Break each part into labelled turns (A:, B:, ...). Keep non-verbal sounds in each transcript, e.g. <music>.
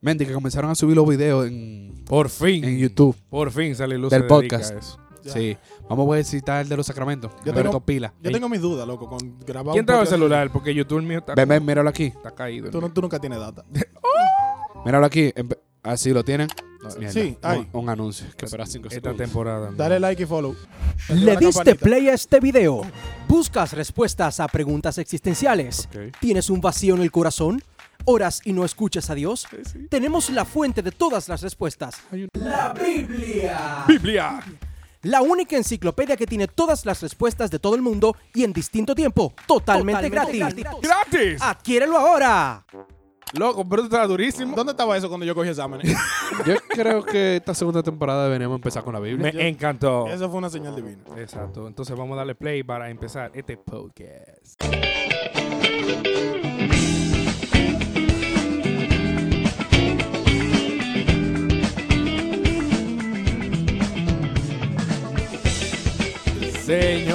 A: Mente, que comenzaron a subir los videos en,
B: Por fin.
A: en YouTube
B: Por fin sale luz.
A: Del
B: se dedica
A: podcast.
B: a eso.
C: Ya.
A: Sí. Vamos a visitar el de los Sacramentos.
C: Yo
A: Alberto
C: tengo-
A: Pila.
C: Yo tengo mis dudas, loco, con grabar
B: ¿Quién
C: un
B: trae el
C: podcast-
B: celular? Porque YouTube mío está,
A: Ven, ven, míralo aquí.
B: está caído.
C: Tú, no- tú nunca tienes data.
A: Míralo aquí. Empe- Así lo tienen. Mierda.
C: Sí, ahí.
A: Un, un anuncio. Que espera cinco
B: Esta
A: segundos.
B: temporada. ¿no?
C: Dale like y follow.
D: ¿Le
C: La
D: diste
C: campanita.
D: play a este video? ¿Buscas respuestas a preguntas existenciales?
B: Ok.
D: ¿Tienes un vacío en el corazón? ¿Horas y no escuchas a Dios? Tenemos la fuente de todas las respuestas. La Biblia.
B: Biblia.
D: La única enciclopedia que tiene todas las respuestas de todo el mundo y en distinto tiempo, totalmente, gratis.
B: ¡Gratis!
E: Ah.
D: Adquiérelo ahora.
B: Loco, pero esto está durísimo.
C: ¿Dónde estaba eso cuando yo cogí
B: <laughs>
C: exámenes? <laughs>
A: Yo creo que esta segunda temporada deberíamos empezar con la Biblia.
B: Me encantó.
C: Eso fue una señal divina.
B: Exacto. Entonces vamos a darle play para empezar este podcast.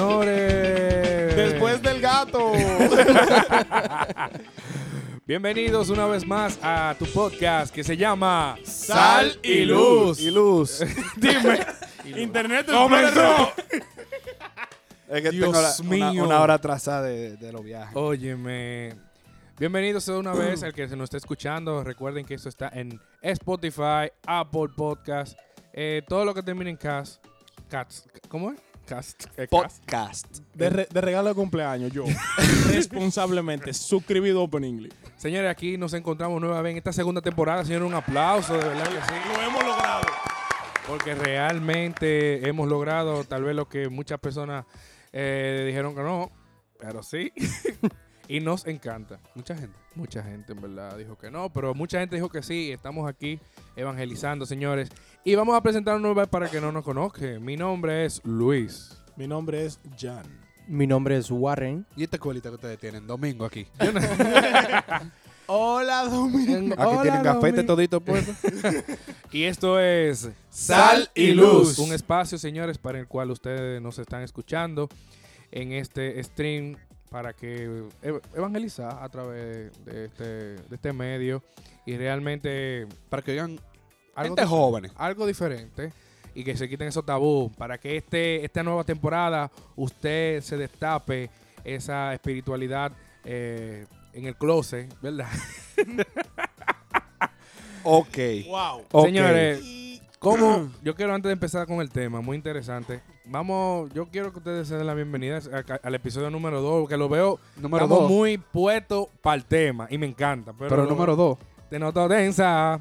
B: Señores,
C: Después
B: <laughs>
C: del gato.
B: bienvenidos una vez más a tu podcast que se llama
A: Y luz.
B: <laughs>
C: <laughs>
B: Dime,
C: Internet
B: comenzó.
A: <laughs> Es que
B: Dios
A: tengo la- una,
B: mío.
A: una hora atrasada de, de los viajes.
B: Óyeme. Bienvenidos de una vez al que se nos está escuchando. Recuerden que esto está en Spotify, Apple Podcast, eh, todo lo que termine en cast. Cats. ¿Cómo es? Cast. eh, cast.
A: Podcast.
C: De, re- de regalo de cumpleaños, yo. <laughs> responsablemente, suscribido Open English.
B: Señores, aquí nos encontramos nueva vez en esta segunda temporada. Señores, un aplauso, de verdad que sí.
C: Lo hemos logrado.
B: Porque realmente hemos logrado tal vez lo que muchas personas eh, dijeron que no, pero sí. <laughs> y nos encanta.
A: Mucha gente.
B: Mucha gente en verdad dijo que no, pero mucha gente dijo que sí. Estamos aquí evangelizando, señores. Y vamos a presentarnos nueva para que no nos conozca. Mi nombre es Luis.
C: Mi nombre es Jan.
D: Mi nombre es Warren.
A: ¿Y esta escuelita que ustedes tienen? Domingo aquí.
C: Hola, Domingo.
A: Aquí tienen cafete todito pues, puesto.
B: Y esto es
A: Sal y Luz.
B: Un espacio, señores, para el cual ustedes nos están escuchando en este stream para que ev- evangelizar a través de este, de este medio y realmente
A: Para que oigan
B: algo
A: gente jóvenes.
B: algo diferente y que se quiten esos tabú para que este, esta nueva temporada usted se destape esa espiritualidad eh, en el closet, ¿verdad?
A: Ok.
C: Wow.
A: Ok.
B: Señores, ¿cómo? Yo quiero antes de empezar con el tema, muy interesante. Vamos, yo quiero que ustedes se den la bienvenida a- a- al episodio número 2, que lo veo
A: Número
B: estamos
A: dos.
B: muy puesto para el tema y me encanta. Pero,
A: Pero
B: lo-
A: número dos.
B: Te noto densa.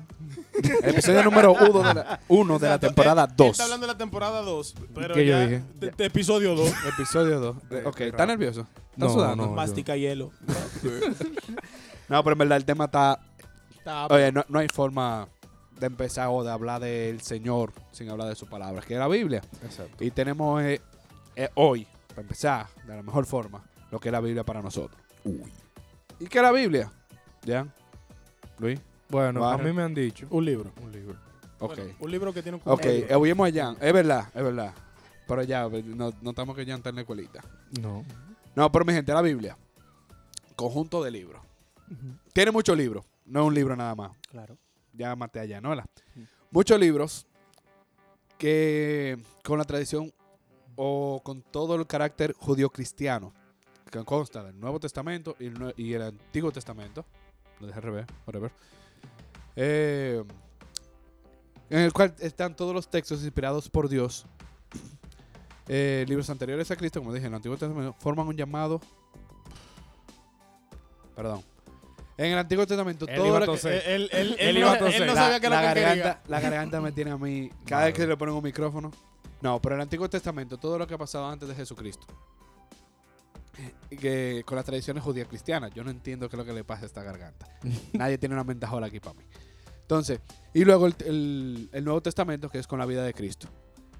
A: Episodio número uno de la, uno de la temporada
C: Él
A: 2.
C: Está hablando de la temporada 2, pero
B: ¿Qué yo
C: ya
B: dije?
C: de- de episodio 2.
A: Episodio 2. Ok, ¿está nervioso? ¿Está
B: No,
A: sudando?
B: no.
C: Mastica hielo.
A: No, pero en verdad el tema está.
C: Está-
A: Oye, no, no hay forma de empezar o de hablar del Señor sin hablar de sus palabras, que es la Biblia.
B: Exacto.
A: Y tenemos eh, eh, hoy, para empezar, de la mejor forma, lo que es la Biblia para nosotros. ¿Y qué es la Biblia? ¿Ya? Luis.
B: Bueno,
A: Barra.
B: a mí me han dicho.
C: Un libro.
B: Un libro.
A: Ok.
C: Bueno, un libro que tiene un
A: ok,
C: contenido.
A: eh, oímos a Jan. Es verdad, es verdad. Pero ya, no- notamos que Jan está en la escuelita.
B: No.
A: No, pero mi gente, la Biblia. Conjunto de libros. Tiene muchos libros. No es un libro nada más.
D: Claro.
A: Ya maté a Yanola. Muchos libros que con la tradición o con todo el carácter judío-cristiano que consta del Nuevo Testamento y el, Nue- y el Antiguo Testamento. Lo dejé al revés, whatever. Eh, en el cual están todos los textos inspirados por Dios. <clears throat> Eh, libros anteriores a Cristo, como dije, en el Antiguo Testamento, forman un llamado. Perdón. En el Antiguo Testamento,
B: Él iba
A: todo
B: a
A: lo que-
B: toser.
C: Él, él, él,
B: Él
C: él
B: iba a
C: no, él
B: toser.
C: no
A: la,
C: sabía que era
A: la
C: lo que
A: garganta, la garganta me tiene a mí. Cada vez que
B: Madre.
A: le ponen un micrófono. No, pero el Antiguo Testamento, todo lo que ha pasado antes de Jesucristo. Y Que con las tradiciones judías cristianas, yo no entiendo qué es lo que le pasa a esta garganta. Nadie tiene una mentajola aquí para mí. Entonces, y luego el, el- el Nuevo Testamento, que es con la vida de Cristo.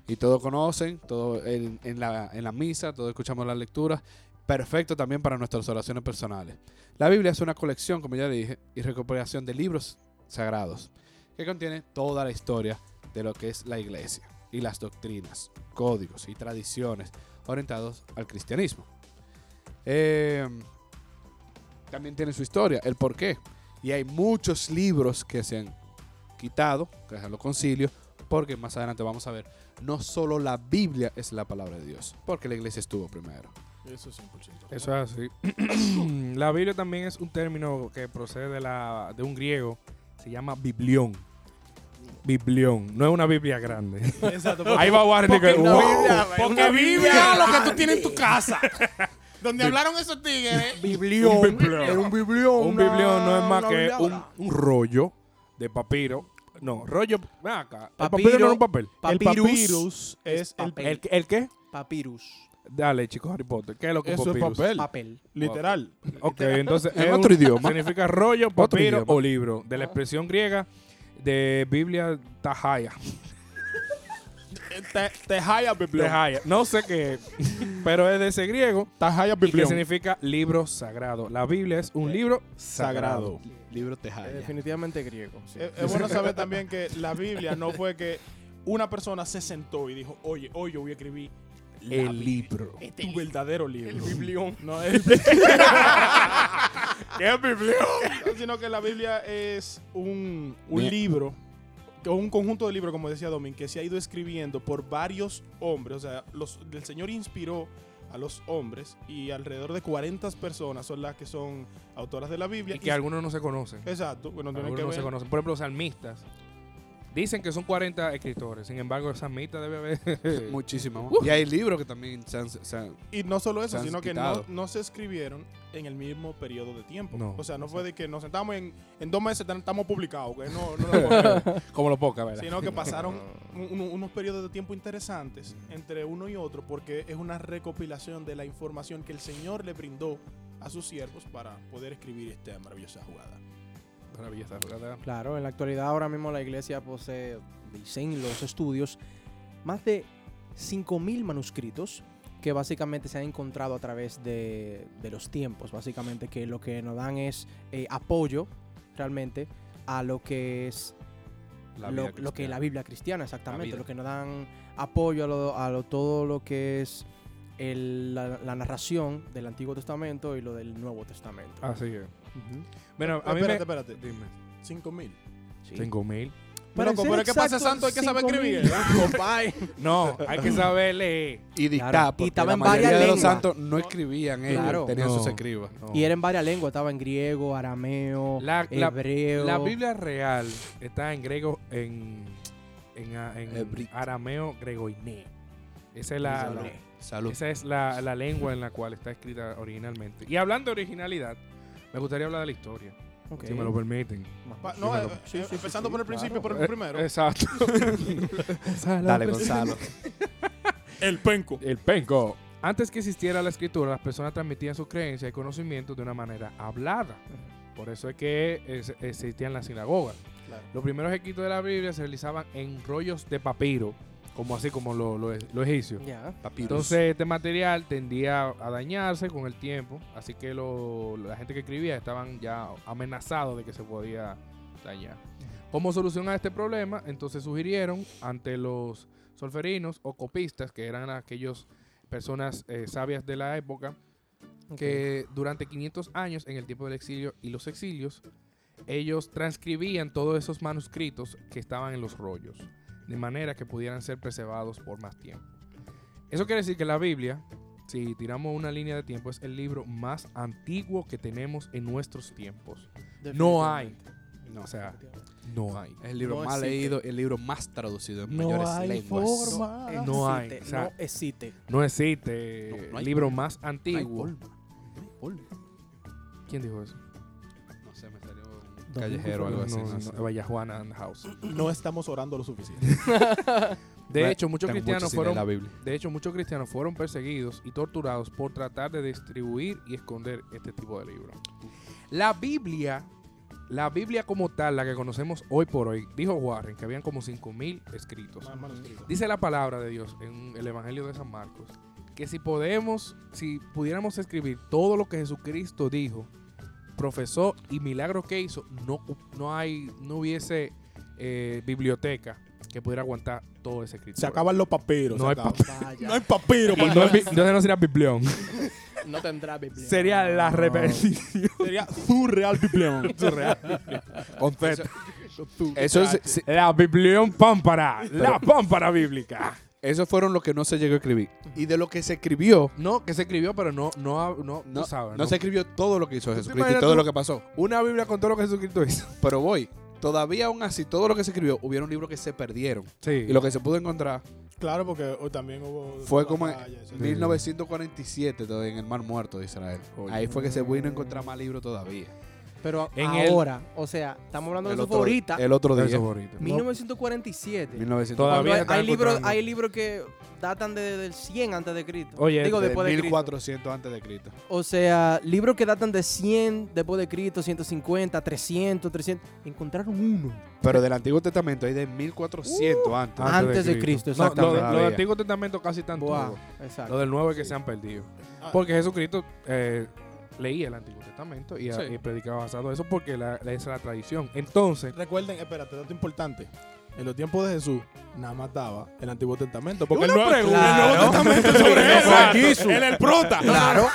A: Y todos conocen, todo en, en la, en la misa, todos escuchamos las lecturas. Perfecto también para nuestras oraciones personales. La Biblia es una colección, como ya dije, y recopilación de libros sagrados, que contiene toda la historia de lo que es la iglesia y las doctrinas, códigos y tradiciones orientados al cristianismo. Eh, también tiene su historia, el porqué. Y hay muchos libros que se han quitado, gracias a los concilios, porque más adelante vamos a ver, no solo la Biblia es la palabra de Dios, porque la iglesia estuvo
E: <laughs>
A: primero.
C: Eso es 100%.
B: Eso es así. <clears throat> la Biblia también es un término que procede de, la, de un griego. Se llama biblión. Biblión. No es una Biblia grande. <laughs>
C: Exacto.
B: Ahí va Warner. que,
C: una
B: "Wow".
C: Biblia, güey,
B: Porque
C: una
B: Biblia
C: lo que tú tienes en tu <laughs> casa. Donde hablaron esos tigres.
D: Biblión.
B: Un biblión.
D: Era un biblión.
B: Un
D: una-
B: biblión no es más
D: una
B: que
D: bibliabra.
B: un, un rollo de papiro. No, rollo. Ven acá.
D: Papiro.
B: El papiro no es un papel.
C: El papyrus es el
D: papel.
B: ¿El, el qué?
D: Papirus.
B: Dale, chicos, Harry Potter. ¿Qué es lo que
C: Eso es
B: papirus?
C: papel.
D: Papel.
C: Literal.
B: Ok, entonces
A: En
B: es
A: otro
B: un-
A: idioma.
B: Significa rollo, papiro
A: idioma.
B: o libro.
E: Ah.
B: De la expresión griega de Biblia Tajaya.
C: Te- Tejaya biblión.
B: Tajaya. No sé qué, pero es de ese griego.
C: Tejaya
B: Y que
C: biblión.
B: significa libro sagrado. La Biblia es un libro sagrado.
A: Libro Tejaya.
E: Definitivamente griego. sí.
C: Es es bueno saber también que la Biblia no fue que una persona se sentó y dijo, oye, hoy yo voy a escribir
B: El Este libro.
C: tu verdadero libro.
E: El biblión.
B: <laughs>
C: No este. es
B: ¿Qué es Biblia?
C: No, sino que la Biblia es un, un
A: Bien.
C: libro, o un conjunto de libros, como decía Domin, que se ha ido escribiendo por varios hombres. O sea, los, el Señor inspiró a los hombres y alrededor de 40 personas son las que son autoras de la Biblia.
B: Y que algunos no se conocen.
C: Exacto, bueno, tienen
B: Algunos
C: que
B: no se
C: ver.
B: conocen. Por ejemplo, los salmistas. Dicen que son 40 escritores. Sin embargo, el salmista debe haber. <laughs>
A: Muchísimo.
E: Uh.
A: más. Y hay libros que también se han- se han-
C: y no solo
A: Se
C: eso,
A: han
C: sino que
A: quitado.
C: no, no se escribieron en el mismo periodo de tiempo.
B: No.
C: o sea, no fue de que nos sentamos en, en dos meses, estamos publicados. que no- no lo podemos ver.
B: Como lo poca, ¿verdad?
C: sino que pasaron un- un- unos periodos de tiempo interesantes entre uno y otro porque es una recopilación de la información que el Señor le brindó a sus siervos para poder escribir esta maravillosa jugada.
B: Maravillosa jugada.
E: Claro, en la actualidad ahora mismo la iglesia posee, dicen los estudios, más de 5.000 manuscritos que básicamente se han encontrado a través de, de los tiempos, básicamente que lo que nos dan es eh, apoyo realmente a lo que es
A: la
E: lo,
A: vida
E: lo que es
A: cristiana.
E: la Biblia cristiana, exactamente,
A: vida.
E: lo que nos dan apoyo a, lo- a lo- todo lo que es el- la, la narración del Antiguo Testamento y lo del Nuevo Testamento.
B: Así es. Bueno, a mí
C: espérate,
B: me.
C: espérate.
B: Dime.
C: 5 mil.
E: Sí.
B: Cinco mil.
E: Para
C: Pero,
E: ser
C: pero es que para ser
E: exactos,
C: santo hay que saber
E: 5.000.
C: escribir. ¿eh? Oh, ¿verdad?
B: No, hay que saber leer.
A: Y dictaba,
E: Claro, y
A: porque
E: estaba
A: la
E: en
A: mayoría
E: varias
A: de los
E: lenguas.
A: santos no escribían ellos,
E: Claro.
A: tenían
B: No.
A: sus escribas.
E: Y era en varias lenguas, estaba en griego, arameo,
B: Oh. La- la-
E: hebreo.
B: La Biblia real está en griego, en, en, a- en
A: Hebrito.
B: arameo gregoiné. Esa es la,
A: Salud. Salud.
B: esa es la, la lengua en la cual está escrita originalmente. Y hablando de originalidad, me gustaría hablar de la historia,
E: Ok.
B: si me lo permiten. Eh,
C: Pa- No, eh, eh, empezando por el principio, por el primero.
B: Exacto.
A: Dale, Gonzalo. <laughs>
C: el penco.
B: El penco. Antes que existiera la escritura, las personas transmitían sus creencias y conocimientos de una manera hablada. Por eso es que es- existían las sinagogas.
C: Claro.
B: Los primeros escritos de la Biblia se realizaban en rollos de papiro, como así como lo, lo, lo egipcio.
E: Ya.
B: Entonces este material tendía a dañarse con el tiempo, así que lo- la gente que escribía estaban ya amenazados de que se podía dañar. Como solución a este problema, entonces sugirieron ante los solferinos o copistas, que eran aquellos personas eh, sabias de la época, que durante 500 años, en el tiempo del exilio y los exilios, ellos transcribían todos esos manuscritos que estaban en los rollos, de manera que pudieran ser preservados por más tiempo. Eso quiere decir que la Biblia, si tiramos una línea de tiempo, es el libro más antiguo que tenemos en nuestros tiempos. No hay.
A: No,
B: O sea, no hay.
A: es el libro
E: No
A: más
E: existe.
A: leído, el libro más traducido en mayores lenguas.
E: Eh,
B: No hay,
E: existe,
B: o sea,
E: no existe.
B: No existe
A: No, no hay
B: libro
A: forma.
B: más
A: No hay
B: antiguo.
A: forma, no hay forma.
B: ¿Quién dijo eso?
A: No sé, me salió un callejero o algo así.
B: No,
A: no
B: no,
A: sé.
B: no, Vaya Juana and the House.
C: No estamos orando lo suficiente.
B: De
A: Me- Tengo
B: hecho, muchos
A: mucho
B: cristianos
A: sin leer
B: fueron
A: la Biblia.
B: De hecho, muchos cristianos fueron perseguidos y torturados por tratar de distribuir y esconder este tipo de libros. La Biblia, la Biblia como tal, la que conocemos hoy por hoy, dijo Warren que habían como 5.000 escritos.
C: Más manuscrito.
B: Dice la palabra de Dios en el Evangelio de San Marcos que si podemos, si pudiéramos escribir todo lo que Jesucristo dijo, profesó y milagro que hizo, no, no hay, no hubiese eh, biblioteca que pudiera aguantar todo ese escrito.
C: Se acaban los paperos.
B: <laughs> No
C: se
B: hay
C: acaban. <laughs>
E: Vaya.
C: no hay papiro.
B: Y no, es bi- entonces no sería biblión.
E: no tendrá Biblia.
B: Sería la repetición.
A: <laughs>
C: Sería surreal biblión.
B: Con Z.
A: Eso- Eso es- sí,
B: La Biblión Pámpara. la Pámpara Bíblica.
A: esos fueron los que no se llegó a escribir. Y de lo que se escribió,
B: No, que se escribió, pero no, no, no,
A: no,
B: tú sabes.
A: no se escribió todo lo que hizo Jesucristo y
B: imaginas
A: todo
B: tú?
A: lo que pasó.
B: Una Biblia con todo lo que Jesucristo hizo.
A: Pero voy, todavía aún así, todo lo que se escribió, hubieron libros que se perdieron.
B: Sí.
A: Y lo que se pudo encontrar
C: Claro, porque oh, también hubo.
A: Fue como en
C: batalla, eso.
A: 1947, todavía en el Mar Muerto de Israel.
B: Oye.
A: Ahí fue que se vino a encontrar más libros todavía.
E: Pero
B: En el-
E: ahora, o sea, estamos hablando de
A: El
E: eso
A: otro,
E: fue ahorita.
A: el otro
B: Eso
A: día.
B: es bonito.
E: 1947.
A: 1947.
B: Todavía
E: Cuando hay-
B: están
E: hay, libros,
B: encontrando.
E: hay libros que datan de- del 100 antes de Cristo.
B: Oye,
E: Digo,
A: De
E: después de Cristo.
A: 1400 antes de Cristo.
E: O sea, libros que datan de 100 después de Cristo, 150, 300, 300. Encontraron uno
A: Pero del Antiguo Testamento hay de 1400 antes.
E: ah, antes de Cristo,
B: No, lo, de-
E: exactamente.
B: lo del
A: Todavía.
B: Antiguo Testamento casi tanto.
E: Buah, exacto.
B: Lo del Nuevo es que se han perdido.
C: Ah.
B: Porque Jesucristo eh, leía el Antiguo Testamento y,
A: Sí.
B: y predicaba basado en eso porque la, la- es la tradición. Entonces,
C: Recuerden, espérate, dato importante. En los tiempos de Jesús, nada más daba el Antiguo Testamento. Porque el
B: Una
C: Nuevo,
E: pregunta.
C: el Nuevo Testamento es
B: <laughs>
C: sobre él. Exacto. Él es el prota.
E: Claro.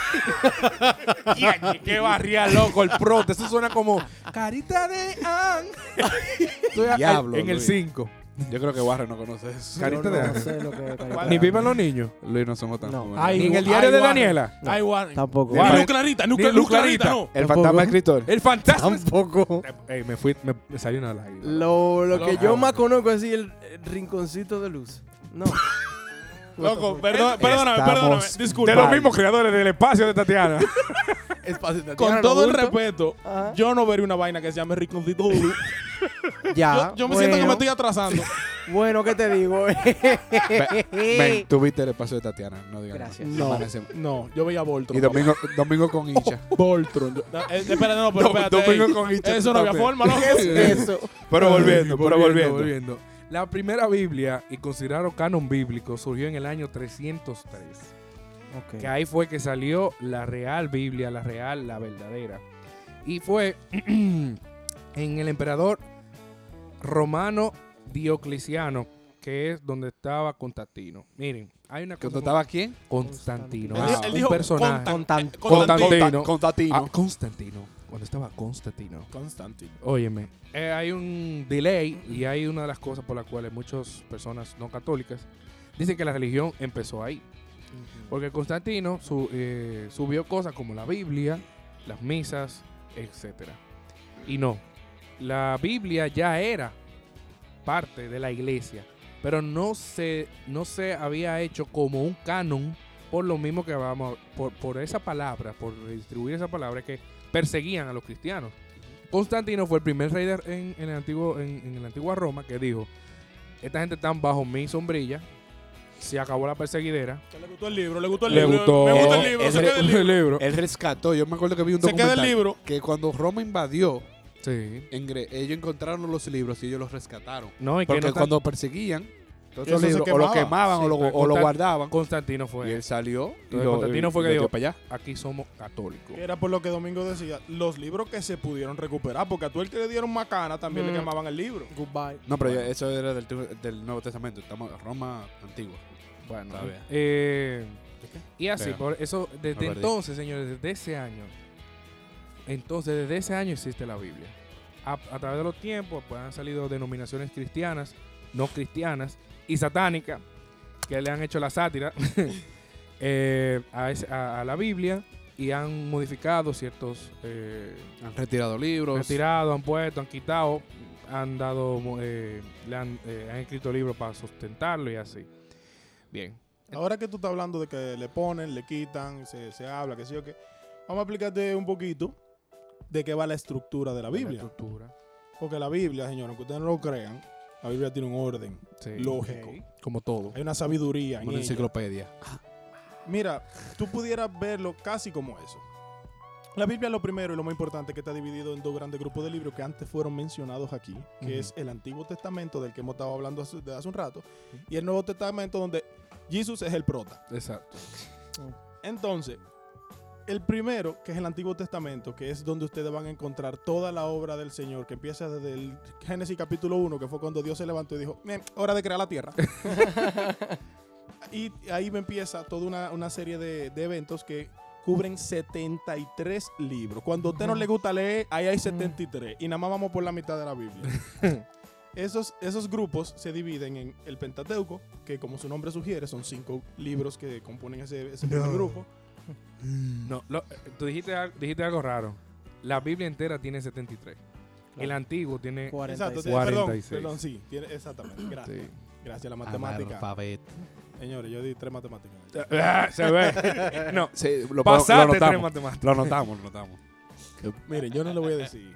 B: qué barría loco el prota. Eso suena como carita de an. Estoy a-
A: Diablo,
B: en el
A: Luis.
B: 5.
A: Yo creo que Barrio no conoce eso.
B: Carita de
E: No
B: an.
E: sé lo que es carita
B: Ni
E: de
B: vivan los niños.
A: Luis, no somos tan
E: No.
A: jóvenes.
B: <laughs>
C: Ay,
B: Ni en el
C: ay,
B: diario de
C: Warren.
B: Daniela.
C: Ay, Warren.
E: <laughs> Tampoco.
B: Ni Warren.
C: Luz Clarita, Luz,
B: Ni Luz
C: Luz Clarita,
B: Clarita.
C: no.
A: El
E: Tampoco.
A: fantasma escritor.
B: El fantasma.
E: Tampoco.
B: Ey, me fui, me, me salió una lágrima.
E: Lo, lo que
B: Loco.
E: yo más conozco es el, el rinconcito de luz. No.
C: Loco, perdón, perdóname,
A: Estamos
C: perdóname.
B: de
C: Disculpa.
B: los mismos creadores del espacio de
E: <laughs>
B: Tatiana.
C: Con todo el respeto,
E: Ajá.
C: yo no veré una vaina que se llame Rinconcito de Luz.
E: <laughs> Ya.
A: Ah,
C: Yo, yo me
E: bueno,
C: siento que me estoy atrasando.
E: Bueno, ¿qué te digo?
A: Ven,
E: <laughs>
A: ven, tú viste el espacio de Tatiana. No digas nada.
E: Gracias.
C: No,
A: Amanece-
C: no, yo veía Voltron.
A: Y domingo, domingo con hincha.
C: Voltron. yo- Eh, espérate, no, pero
A: Dom-
C: espérate.
A: domingo
C: ey,
A: con hincha
C: Eso no había
A: también.
C: forma, loco.
E: Eso.
A: Pero volviendo, pero volviendo.
B: volviendo. La primera Biblia, y considerado canon bíblico, surgió en el año 303. Que ahí fue que salió la Real Biblia, la Real, la verdadera. Y fue <clears throat> en el emperador romano Diocleciano, que es donde estaba Constantino. Miren, hay una cosa.
A: ¿Cuándo estaba quién?
B: Constantino.
A: Él-
B: es
A: él
B: un
C: dijo
B: personaje.
C: Constan-
E: Con tan-
C: Constantino.
B: Constantino.
A: Con Tatino.
B: Ah, Constantino. Cuando estaba Constantino.
C: Constantino.
B: Óyeme, eh, hay un delay y hay una de las cosas por las cuales muchas personas no católicas dicen que la religión empezó ahí. Porque Constantino su- eh, subió cosas como la Biblia, las misas, etc. Y no, la Biblia ya era parte de la iglesia, pero no se, no se había hecho como un canon por lo mismo que vamos, por, por esa palabra, por distribuir esa palabra que perseguían a los cristianos. Constantino fue el primer rey de- en, en el antiguo, en, en la antigua Roma que dijo, esta gente está bajo mi sombrilla, se acabó la perseguidera,
C: Que Le gustó el libro, le gustó el
B: le
C: libro.
B: gustó
C: Me gusta el libro,
A: Es
C: se
B: <laughs>
C: queda el libro.
B: el libro.
A: Él rescató. Yo me acuerdo que vi un
C: Se queda
A: documental
C: el libro.
A: que cuando Roma invadió,
B: Sí.
A: en Gre- ellos encontraron los libros y ellos los rescataron.
B: No, y que
A: Porque
B: no tan-
A: cuando perseguían, todos esos
C: Eso se
A: libros, o lo
C: quemaba.
A: quemaban
B: Sí,
A: o, lo,
B: pero
A: o lo
B: Constan-
A: guardaban.
B: Constantino
A: Y
B: fue,
A: él salió y
B: Entonces,
A: lo,
B: Constantino fue
A: y
B: que
A: lo
B: dijo-
A: tiró para allá.
B: aquí somos católicos.
C: Que era por lo que Domingo decía, los libros que se pudieron recuperar, porque a tú el que le dieron macana también
B: Mm.
C: le quemaban el libro.
E: Goodbye.
A: No, pero ya- eso era del, tu- del Nuevo Testamento. Estamos en Roma antigua.
B: Bueno,
A: Está bien.
B: eh, y así,
A: Vea.
B: por eso, desde
A: Me perdí.
B: entonces, señores, desde ese año, entonces, desde ese año existe la Biblia. A, a través de los tiempos, pues han salido denominaciones cristianas, no cristianas y satánicas, que le han hecho la sátira <laughs> eh, a, ese- a- a la Biblia y han modificado ciertos... eh,
A: Han retirado libros.
B: han tirado, han puesto, han quitado, han dado, mo- eh, le han, eh, han escrito libros para sustentarlo y así. Bien.
C: Ahora que tú estás hablando de que le ponen, le quitan, se, se habla, qué sé yo qué, vamos a explicarte un poquito de qué va la estructura de la Biblia.
B: estructura.
C: Porque la Biblia, señores, aunque ustedes no lo crean, la Biblia tiene un orden,
B: Sí.
C: Lógico.
B: Ok. Como todo.
C: hay una sabiduría en
A: Una
C: ella.
A: enciclopedia.
C: Mira, tú pudieras verlo casi como eso. La Biblia lo primero y lo más importante que está dividido en dos grandes grupos de libros que antes fueron mencionados aquí, que
B: Ujú.
C: es el Antiguo Testamento del que hemos estado hablando hace, de hace un rato y el Nuevo Testamento donde Jesús es el prota.
B: Exacto.
C: Entonces, el primero, que es el Antiguo Testamento, que es donde ustedes van a encontrar toda la obra del Señor, que empieza desde el Génesis capítulo 1, que fue cuando Dios se levantó y dijo, "Bien, hora de crear la tierra. y ahí me empieza toda una, una serie de, de eventos que cubren 73 libros. Cuando a usted no le gusta leer, ahí hay 73. Y nada más vamos por la mitad de la Biblia. esos, esos grupos se dividen en el Pentateuco, que como su nombre sugiere, son cinco libros que componen ese, ese primer grupo.
B: No, lo- eh, tú dijiste, al- dijiste algo raro. La Biblia entera tiene 73. El Antiguo tiene...
E: 46.
C: Exacto, tiene- perdón,
B: 46.
C: perdón, sí, tiene- exactamente. Gracias. Gracias, la matemática. Señores, yo di tres matemáticas.
B: Ah, Se
C: <laughs>
B: ve. No,
A: Sí, lo,
B: pasaste
A: lo
B: tres
A: notamos.
B: matemáticas.
A: Lo notamos, lo notamos.
C: Miren, yo no le voy
B: <laughs>
C: a decir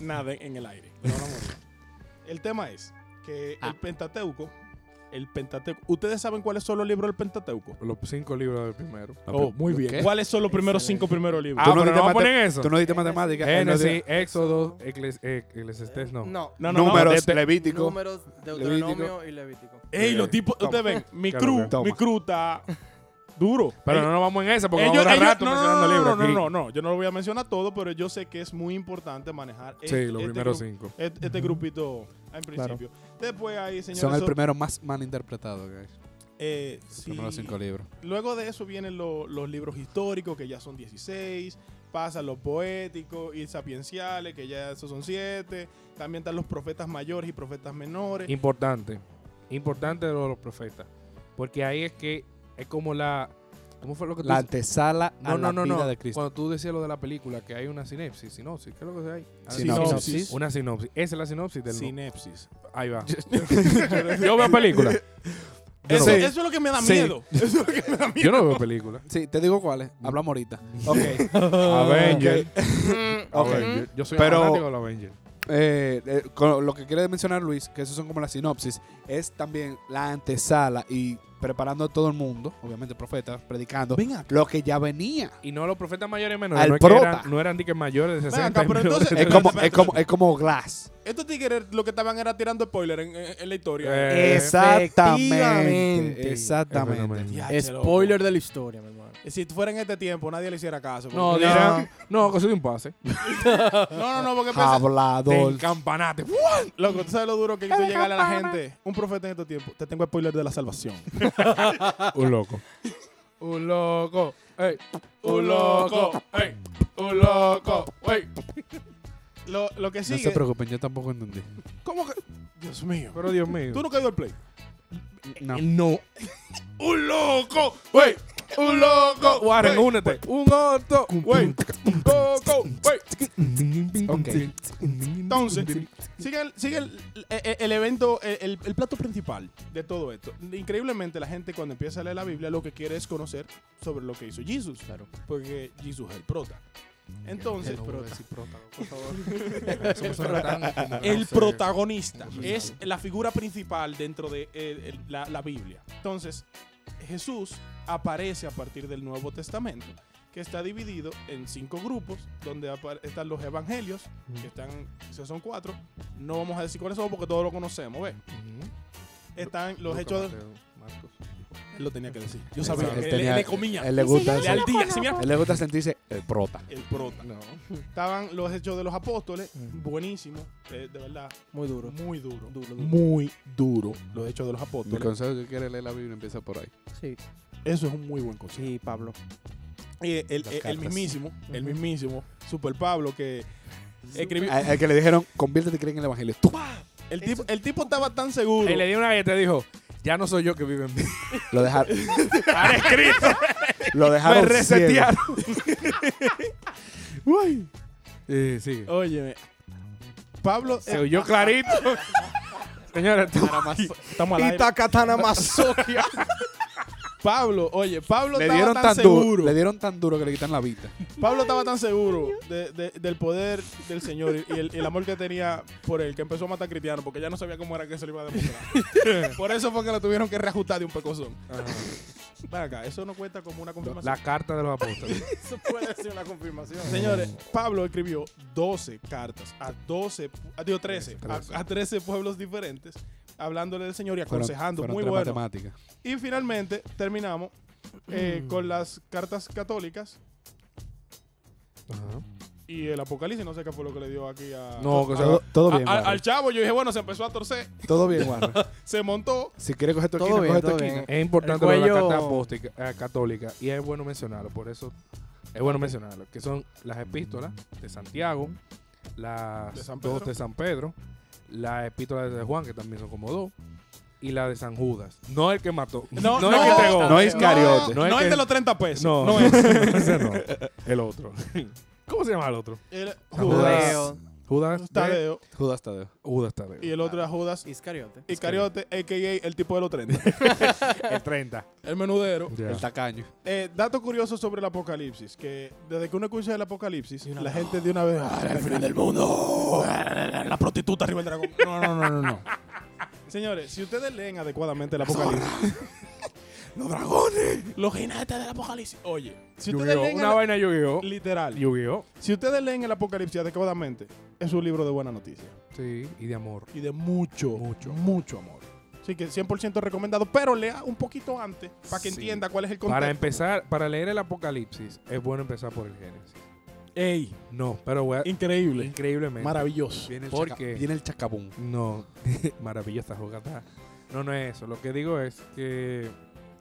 C: nada en el aire. pero vamos a ver. El tema es que
B: Ah.
C: el Pentateuco, el Pentateuco, ¿ustedes saben cuáles son los libros del Pentateuco?
B: Los cinco libros del primero.
C: Oh, muy bien.
A: ¿Qué?
C: ¿Cuáles son los primeros
E: Excelente.
C: cinco primeros libros?
A: Tú
B: Ah,
A: no
B: pero
A: dijiste
B: no
A: mate-
B: ponen eso.
A: Tú no diste matemáticas. él no
B: Génesis,
A: dio-
B: Éxodo, Ecles- eh, Eclesiastés, no.
E: No.
C: No, no, no.
A: Números,
B: de- de-
A: Levítico.
E: Números, Deuteronomio y Levítico.
C: Ey, los tipos, ustedes ven, mi
B: Claro,
C: crew,
B: claro.
A: Toma.
C: mi crew está duro.
B: Pero
C: Ellos-
B: no nos vamos en esa porque
C: ellos-
B: vamos a durar
C: ellos-
B: rato
C: no, no,
B: mencionando
C: no,
B: libros
C: no,
B: aquí.
C: no, no, no, yo no lo voy a mencionar todo, pero yo sé que es muy importante manejar
B: Sí, los primeros
C: grupo-
B: cinco.
C: este, este grupito en
E: Claro.
C: principio. Después ahí, señores,
A: Son el
C: so-
A: primero más mal interpretado, guys.
C: eh,
A: Los
C: sí,
A: primeros cinco libros.
C: Luego de eso vienen lo- los libros históricos, que ya son 16. Pasan los poéticos y sapienciales, que ya esos son 7. También están los profetas mayores y profetas menores.
B: Importante. Importante lo de los profetas. Porque ahí es que es como la. ¿Cómo fue lo que tú
A: La
B: dices?
A: antesala a
B: No,
A: la
B: no, no,
A: vida
B: no.
A: de Cristo.
B: Cuando tú decías lo de la película, que hay una sinopsis, sinopsis, ¿qué es lo que hay? Ah,
A: Sinopsis.
C: Sinopsis.
B: Una sinopsis. Esa es la sinopsis del.
C: Sinepsis.
B: ahí <laughs> va. Yo veo película.
C: Eso,
A: Sí.
C: eso es lo que me da
A: Sí.
C: miedo. <laughs> Eso es lo que me da miedo.
B: Yo no
A: <laughs>
B: veo película.
A: Sí, te digo cuáles. Hablamos <laughs> ahorita. Ok.
B: Avenger.
A: Mm. Ah, Ok.
B: Avenger. Yo soy
A: Pero-
B: fanático de los Avenger.
A: Eh, eh, con lo que quiere mencionar Luis, que esos son como las sinopsis, es también la antesala y preparando a todo el mundo, obviamente profetas, predicando, lo que ya venía.
B: Y no los profetas mayores y menores.
A: Al
B: no, es que
A: prota.
B: eran, no eran diques mayores de
C: Ven
B: 60.
C: acá, pero
B: y menores de
C: entonces-
A: Es
C: Espérate,
A: como,
C: espérate,
A: es como, es como Glass.
C: Estos tigres lo que estaban era tirando spoiler en, en- en la historia.
B: <laughs> Eh,
A: Exactamente.
E: Efectivamente.
A: Exactamente.
B: Efectivamente.
C: Ya, che, loco.
E: Spoiler de la historia, mi hermano.
C: Si fuera en este tiempo, nadie le hiciera caso.
B: No,
C: Porque-
B: dirán, no, que soy un pase.
C: no, no, no, porque pensé-
A: Hablador.
B: Del campanate.
C: Loco, ¿tú sabes lo duro que hizo llegarle a la gente? Un profeta en estos tiempos. Te tengo spoiler de la salvación.
B: Un loco. Un loco. Ey.
C: Un loco.
B: Ey. Un loco. Ey.
C: Lo, lo que
A: No
C: sigue.
A: se preocupen, yo tampoco entendí.
C: ¿Cómo que? Dios mío.
B: Pero Dios mío.
C: Tú nunca has ido al play.
A: <laughs> No.
C: ¡Un loco! ¡Wey! ¡Un loco!
B: Warren, únete. Un otro.
C: ¡Wey! ¡Un loco! ¡Wey!
A: Ok.
C: Entonces, sigue, el, sigue el, el- el evento, el, el- el plato principal de todo esto. Increíblemente, la gente cuando empieza a leer la Biblia lo que quiere es conocer sobre lo que hizo Jesús. Claro. Porque Jesús es el prota. Entonces,
B: <laughs>
E: <laughs>
C: el protagonista es la figura principal dentro de eh, el- la, la Biblia. Entonces, Jesús aparece a partir del Nuevo Testamento, que está dividido en cinco grupos, donde apar- están los evangelios, que están, esos son cuatro. No vamos a decir cuáles son porque todos lo conocemos, ¿ves? Están los hechos. De, él lo tenía que decir. Yo sabía
A: Él
C: que le-
A: tenía-
C: le, comía.
A: Él le gusta,
C: Le al día, sí, mira,
A: él le gusta sentirse eh, el prota.
C: el prota. Estaban los hechos de los apóstoles, buenísimo, eh, de verdad,
E: Muy duro.
C: muy duro.
E: Duro, duro.
C: Muy duro los hechos de los
A: Mi
C: apóstoles.
A: consejo que quiere leer la Biblia empieza por ahí.
E: Sí,
C: Eso es un muy buen consejo.
E: sí, Pablo.
C: Eh, el,
A: Las
C: el- el
A: cartas.
C: mismísimo, el mismísimo, Super Pablo, que escribió.
A: Al al que le dijeron, conviértete y cree en el evangelio. ¡Tú!
C: El tipo, el tipo estaba tan seguro.
B: Y le di una galleta y dijo, ya no soy yo que vive en mí.
A: Lo
C: <laughs>
A: dejaron.
B: Está escrito.
A: Lo
B: <laughs> Me
A: dejaron.
B: resetearon.
A: ciego.
C: Uy.
B: Eh, sigue.
C: Óyeme. Pablo.
B: Se
C: eh,
B: oyó clarito. Señora,
C: estamos al aire.
E: Katana Masoquia.
C: Pablo, oye, Pablo
A: Le
C: estaba
A: dieron
C: tan,
A: tan duro.
C: seguro.
A: Le dieron tan duro que le quitan la vida.
C: Pablo estaba tan seguro de- de- del poder del Señor y el, y el amor que tenía por él que empezó a matar a Cristiano porque ya no sabía cómo era que se le iba
A: <laughs>
C: a demostrar. por eso fue que lo tuvieron que reajustar de un pecozón. Ven acá, eso no cuenta como una confirmación.
B: La carta de los apóstoles.
C: Eso puede ser una confirmación. <laughs> Señores, Pablo escribió 12 cartas a 12, pu- ah, digo 13, a, a 13 pueblos diferentes, hablándole del Señor y
A: Fueron-
C: aconsejando.
A: fueron
C: muy
A: tres
C: bueno.
A: matemáticas.
C: Y finalmente terminamos
A: Mm.
C: eh, con las cartas católicas y el Apocalipsis. No sé qué fue lo que le dio aquí a.
B: No,
A: O
B: que
A: sea,
B: o sea,
A: todo, todo
C: a-
A: bien,
C: a-
A: Warren.
C: al chavo, yo dije, bueno, se empezó a torcer,
A: Todo bien, Warren.
C: se montó.
A: Si quieres coger tu
E: Todo
A: esquina,
E: bien,
A: coge tu
E: todo
A: esquina.
E: bien.
B: Es importante lo de
E: El
B: la
E: cuello-
B: carta apóstica- eh, católica y es bueno mencionarlo. Por eso Es bueno mencionarlo, que son las epístolas de Santiago, las
C: De San
B: dos
C: Pedro.
B: de San Pedro, la epístola de San Juan, que también son como dos, y la de San Judas. No el que mató.
C: No,
B: el que
C: no,
B: entregó.
A: no es cariote.
B: No
C: No,
B: es
C: no
B: que-
C: el de los 30 pesos.
B: No,
C: no
A: <laughs>
B: no,
C: es.
B: ese no. El otro. <laughs> ¿Cómo se llama el otro?
C: El
B: Judas.
C: Judas
B: Tadeo. Judas. de-
C: Tadeo
A: Judas Tadeo.
B: Judas Tadeo.
C: y el otro era Judas
E: Iscariote.
C: Iscariote, a.k.a. el tipo de los 30.
A: <laughs>
B: El 30.
C: el menudero.
B: Ya.
A: El tacaño.
C: Eh, dato curioso sobre el apocalipsis, que desde que uno escucha el apocalipsis, la gente de una vez... "Ah, el fin del <laughs> mundo! La prostituta arriba del dragón.
A: No, no, no, no, no.
C: Señores, si ustedes leen adecuadamente el apocalipsis... <laughs> ¡Los dragones! ¡Los jinetes del apocalipsis! Oye, si ustedes
B: Yu-Gi-Oh.
C: leen...
B: Una
C: el-
B: vaina Yu-Gi-Oh.
C: Literal.
B: Yu-Gi-Oh.
C: Si ustedes leen el apocalipsis adecuadamente, es un libro de buena noticia.
B: Sí, y de amor.
C: Y de mucho,
B: Mucho.
C: mucho, mucho amor. Así que 100% recomendado, pero lea un poquito antes para que
B: Sí.
C: entienda cuál es el contexto.
B: Para empezar, para leer el Apocalipsis, es bueno empezar por el Génesis.
C: em- ¡Ey!
B: No, pero voy a-
C: Increíble.
B: increíblemente.
C: Maravilloso.
A: Viene el,
B: ¿Por
A: chaca-
B: qué?
A: viene el chacabún.
B: No, <laughs> maravilla esta jugada. No, no es eso. Lo que digo es que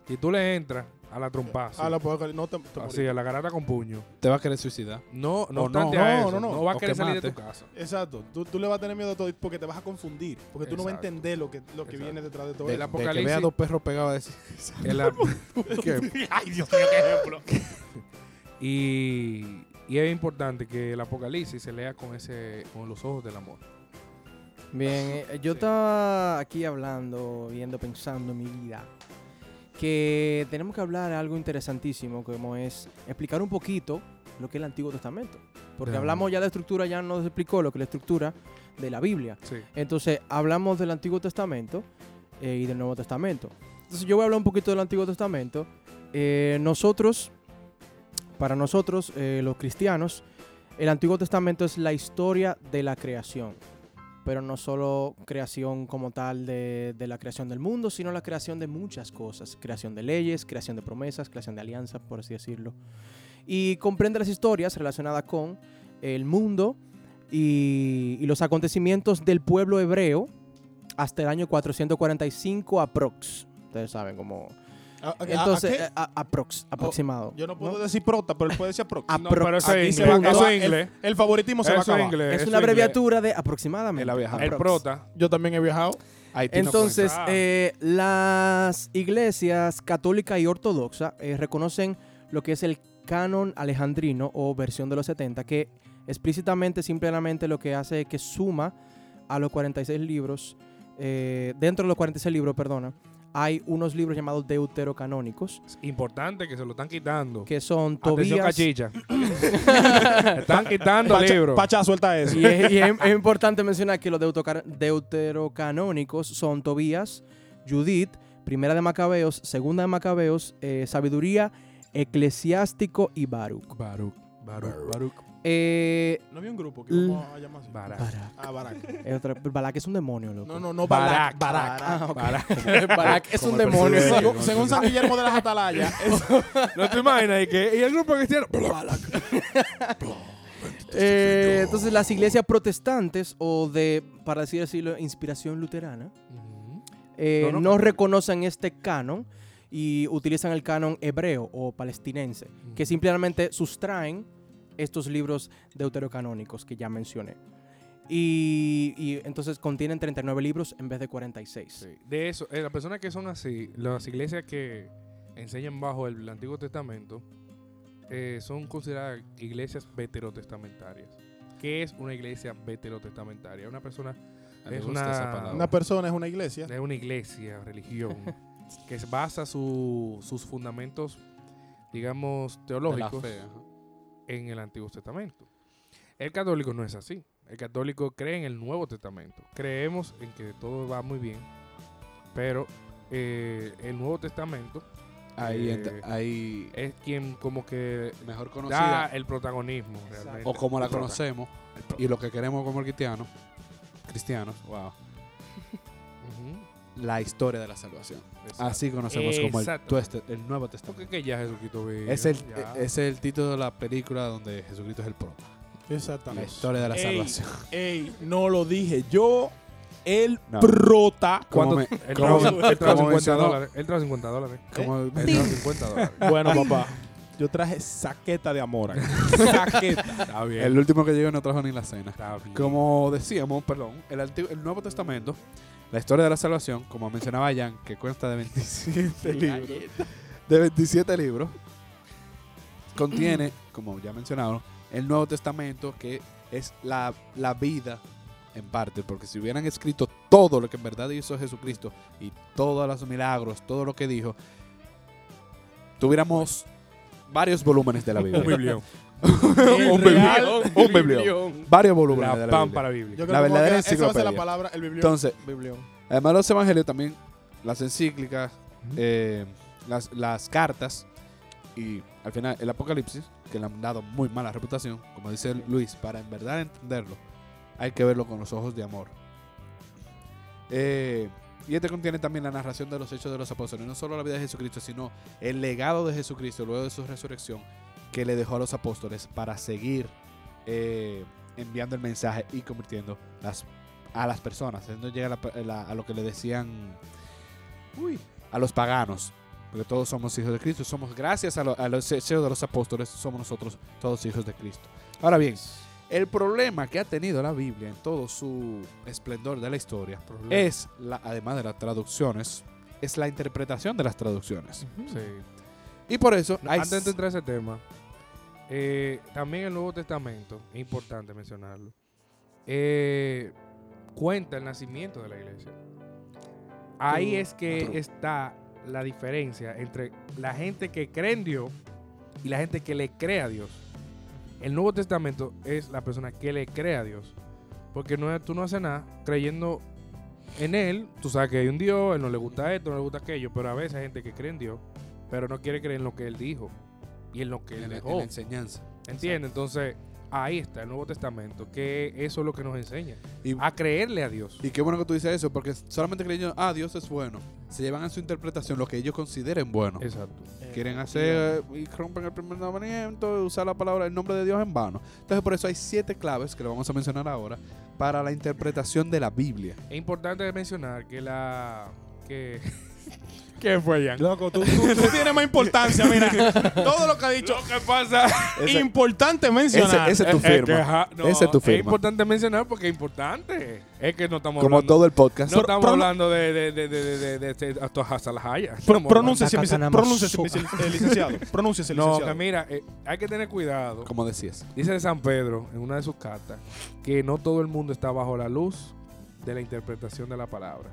B: si tú le entras a la trompa,
C: Ah, el apocalipsis. No, te, te
B: así, a la garata con puño,
A: Te va a querer suicidar.
B: no, no,
A: O
B: obstante
C: no,
B: a
C: no,
B: eso, no,
C: no, no.
B: va a
A: O
B: querer
A: que
B: salir de tu
A: mate.
B: casa.
C: Exacto. Tú, tú le vas a tener miedo a todo porque te vas a confundir. Porque tú no vas a
B: Exacto.
C: entender lo que, lo que
B: Exacto.
C: viene detrás de todo
B: De
C: eso.
B: la-
A: De que
B: apocalipsis-
A: vea dos perros pegados a decir.
B: El ap-
C: Ay, Dios mío, qué ejemplo.
B: <laughs> y, y es importante que el Apocalipsis se lea con ese, con los ojos del amor.
E: Bien, eh, yo
B: Sí.
E: estaba aquí hablando, viendo, pensando en mi vida, que tenemos que hablar de algo interesantísimo, como es explicar un poquito lo que es el Antiguo Testamento. Porque
B: Ya.
E: hablamos ya de la estructura, ya nos explicó lo que es la estructura de la Biblia.
B: Sí.
E: Entonces, hablamos del Antiguo Testamento eh, y del Nuevo Testamento. Entonces, yo voy a hablar un poquito del Antiguo Testamento. Eh, nosotros, para nosotros, eh, los cristianos, el Antiguo Testamento es la historia de la creación. Pero no solo creación como tal de, de la creación del mundo, sino la creación de muchas cosas. Creación de leyes, creación de promesas, creación de alianzas, por así decirlo. Y comprende las historias relacionadas con el mundo, y, y los acontecimientos del pueblo hebreo hasta el año 445 aprox. Ustedes saben cómo...
C: ¿A- a- a-
E: Entonces,
C: ¿a qué? Oh,
E: eh, a- aprox, aproximado.
C: yo no puedo decir prota, pero él puede decir pro.
E: Apro-
B: No, pero eso
C: aquí
B: es
C: se va a
B: inglés. Eso
C: acabar.
B: es inglés.
C: El favoritismo se va
B: Eso
C: a
B: es
C: acabar.
B: inglés,
E: es
B: eso
E: una
B: inglés.
E: abreviatura de
A: El
E: aproximadamente.
A: aviajado.
B: El
E: aprox.
B: prota.
C: Yo también he viajado.
A: Haití no
E: Entonces,
B: cuenta.
E: eh, las iglesias católica y ortodoxa eh, reconocen lo que es el canon alejandrino o versión de los 70, que explícitamente, simplemente lo que hace es que suma a los 46 libros, eh, dentro de los 46 libros, perdona, hay unos libros llamados deuterocanónicos,
B: Es importante que se lo están quitando.
E: que son
B: Atención,
E: Tobías... Y
B: cachicha.
E: <laughs>
B: están quitando
C: Pacha,
B: libros.
C: Pacha, suelta eso.
E: es, y es- es importante mencionar que los deutocar- deuterocanónicos son Tobías, Judith, Primera de Macabeos, Segunda de Macabeos, eh, Sabiduría, Eclesiástico y Baruch.
B: Baruch, Baruch, Baruch.
E: Eh,
C: No había un grupo que vamos a llamar así.
B: Barak.
E: Barak.
C: Ah, Barak.
E: es otra- Balak es un demonio, loco.
C: No, no, no, Barak. Barak.
E: Ah, ok.
B: Barak.
E: Balak es
A: Como
E: un
A: el
E: demonio.
A: presidente.
C: Según, según San Guillermo de las
A: <laughs>
C: Atalayas, es-
B: No te imaginas. Y, que, y el grupo cristiano.
E: Eh, entonces, las iglesias protestantes o de, para así decirlo, inspiración luterana, eh,
B: No,
E: no,
B: no, pero-
E: reconocen este canon y utilizan el canon hebreo o palestinense, que simplemente sustraen estos libros deuterocanónicos que ya mencioné. Y, y entonces contienen 39 libros en vez de 46.
B: Sí, De eso, eh, las personas que son así, las iglesias que enseñan bajo el Antiguo Testamento, eh, son consideradas iglesias veterotestamentarias. ¿Qué es una iglesia veterotestamentaria? Una persona
A: Me
B: Es
A: gusta
B: una-
A: esa palabra.
C: una persona es una iglesia.
B: es una iglesia, religión, que se basa su- sus fundamentos, digamos,
A: De la
B: teológicos
A: fe, ajá.
B: en el Antiguo Testamento. El católico no es así. El católico cree en el Nuevo Testamento. Creemos en que todo va muy bien, pero eh, el Nuevo Testamento
A: Ahí,
B: Eh,
A: ent- ahí
B: es quien como que
A: eh, mejor
B: da
A: conocida
B: el protagonismo realmente.
A: o como la
B: El prota-
A: conocemos
B: el prota.
A: y lo que queremos como cristianos, cristianos, wow,
B: Ujú,
A: la historia de la salvación.
B: exacto.
A: Así conocemos como el,
B: Exacto.
A: tueste- el Nuevo Testamento.
B: Porque que ya Jesucristo vino,
A: Es el, eh,
B: ya.
A: es el título de la película donde Jesucristo es el prota. La
C: Exactamente.
A: historia de la
C: Ey.
A: salvación.
C: Ey, no lo dije yo. El
A: No.
C: prota.
A: Como
B: ¿Cuánto-
A: me-
B: Él
A: como-
B: trajo él trajo
A: como
B: 50
A: mencionó-
B: dólares. Él trajo 50 dólares.
A: como-
B: Él trajo 50 dólares.
C: Bueno, papá. Yo traje saqueta de amor. aquí. saqueta.
B: Está bien.
A: El último que llegó no trajo ni la cena.
B: Está bien.
A: Como decíamos, perdón, el, Antigu- el Nuevo Testamento, la historia de la salvación, como mencionaba Jan, que cuenta de 27 libros, de 27 libros, contiene, como ya mencionaron, el Nuevo Testamento, que es la, la vida en parte, porque si hubieran escrito todo lo que en verdad hizo Jesucristo y todos los milagros, todo lo que dijo, tuviéramos varios volúmenes de la
B: Un
A: Biblia.
B: biblión.
A: Un
C: real
A: biblión, un biblión. Varios volúmenes de
B: La
A: la Biblia.
B: pámpara bíblica.
C: Yo creo
A: La
C: como
A: verdadera
C: que esa va a ser la
A: enciclopedia.
C: palabra, el biblión.
A: Entonces,
C: biblión.
A: además de los evangelios, también las encíclicas, eh, las, las cartas y al final el Apocalipsis, que le han dado muy mala reputación, como dice Luis, para en verdad entenderlo, hay que verlo con los ojos de amor. Eh, y este contiene también la narración de los hechos de los apóstoles, no solo la vida de Jesucristo, sino el legado de Jesucristo luego de su resurrección que le dejó a los apóstoles para seguir eh, enviando el mensaje y convirtiendo las a las personas. Él no llega a, la- la- a lo que le decían uy, a los paganos. Porque todos somos hijos de Cristo. Somos, gracias a, lo- a los deseos de los apóstoles, somos nosotros todos hijos de Cristo. Ahora bien, el problema que ha tenido la Biblia en todo su esplendor de la historia es, la, además de las traducciones, es la interpretación de las traducciones.
B: Sí.
A: Y por eso
B: No,
A: hay...
B: Antes de entrar a ese tema, eh, también el Nuevo Testamento, es importante mencionarlo, eh, cuenta el nacimiento de la iglesia. Ahí es que está la diferencia entre la gente que cree en Dios y la gente que le cree a Dios. El Nuevo Testamento es la persona que le cree a Dios. Porque no, es- tú no haces nada creyendo en Él. Tú sabes que hay un Dios, Él no le gusta esto, no le gusta aquello. Pero a veces hay gente que cree en Dios, pero no quiere creer en lo que Él dijo y en lo que Él
A: en la- en
B: dejó.
A: la enseñanza.
B: ¿Entiendes? Entonces, ahí está el Nuevo Testamento, que eso es lo que nos enseña.
A: Y-
B: A creerle a Dios.
A: Y qué bueno que tú dices eso, porque solamente creyendo, ah, Dios es bueno, se llevan a su interpretación lo que ellos consideren bueno.
B: Exacto.
A: Quieren hacer eh, y rompen el primer mandamiento, usar la palabra, el nombre de Dios en vano. Entonces, por eso hay siete claves que lo vamos a mencionar ahora para la interpretación de la Biblia.
B: Es importante mencionar que la... que ¿Qué fue, Jan?
C: Loco, <laughs> tú, tú- tú tienes más importancia, <laughs> mira. Todo lo que ha dicho.
B: ¿Qué pasa?
A: Ese-
C: Importante mencionar.
A: ese es tu
B: Es que,
A: firma.
B: ajá, no,
A: Esa es tu
B: Es
A: firma.
B: importante mencionar porque es importante. Es que no estamos
A: Como
B: hablando...
A: todo el podcast.
B: No estamos
C: Pro-
B: hablando de... de, de, de, de, de, de- de- hasta- hasta las hayas.
C: Pro-
B: Estamos
C: pronúnciese, mi-
E: Nakatana
C: pronúnciese, mi-
E: Mazoka.
C: eh, licenciado. Pronúnciese,
B: hablando-
C: licenciado.
B: No, que mira, eh, hay que tener cuidado.
A: Como decías.
B: Dice San Pedro en una de sus cartas que no todo el mundo está bajo la luz de la interpretación de la palabra.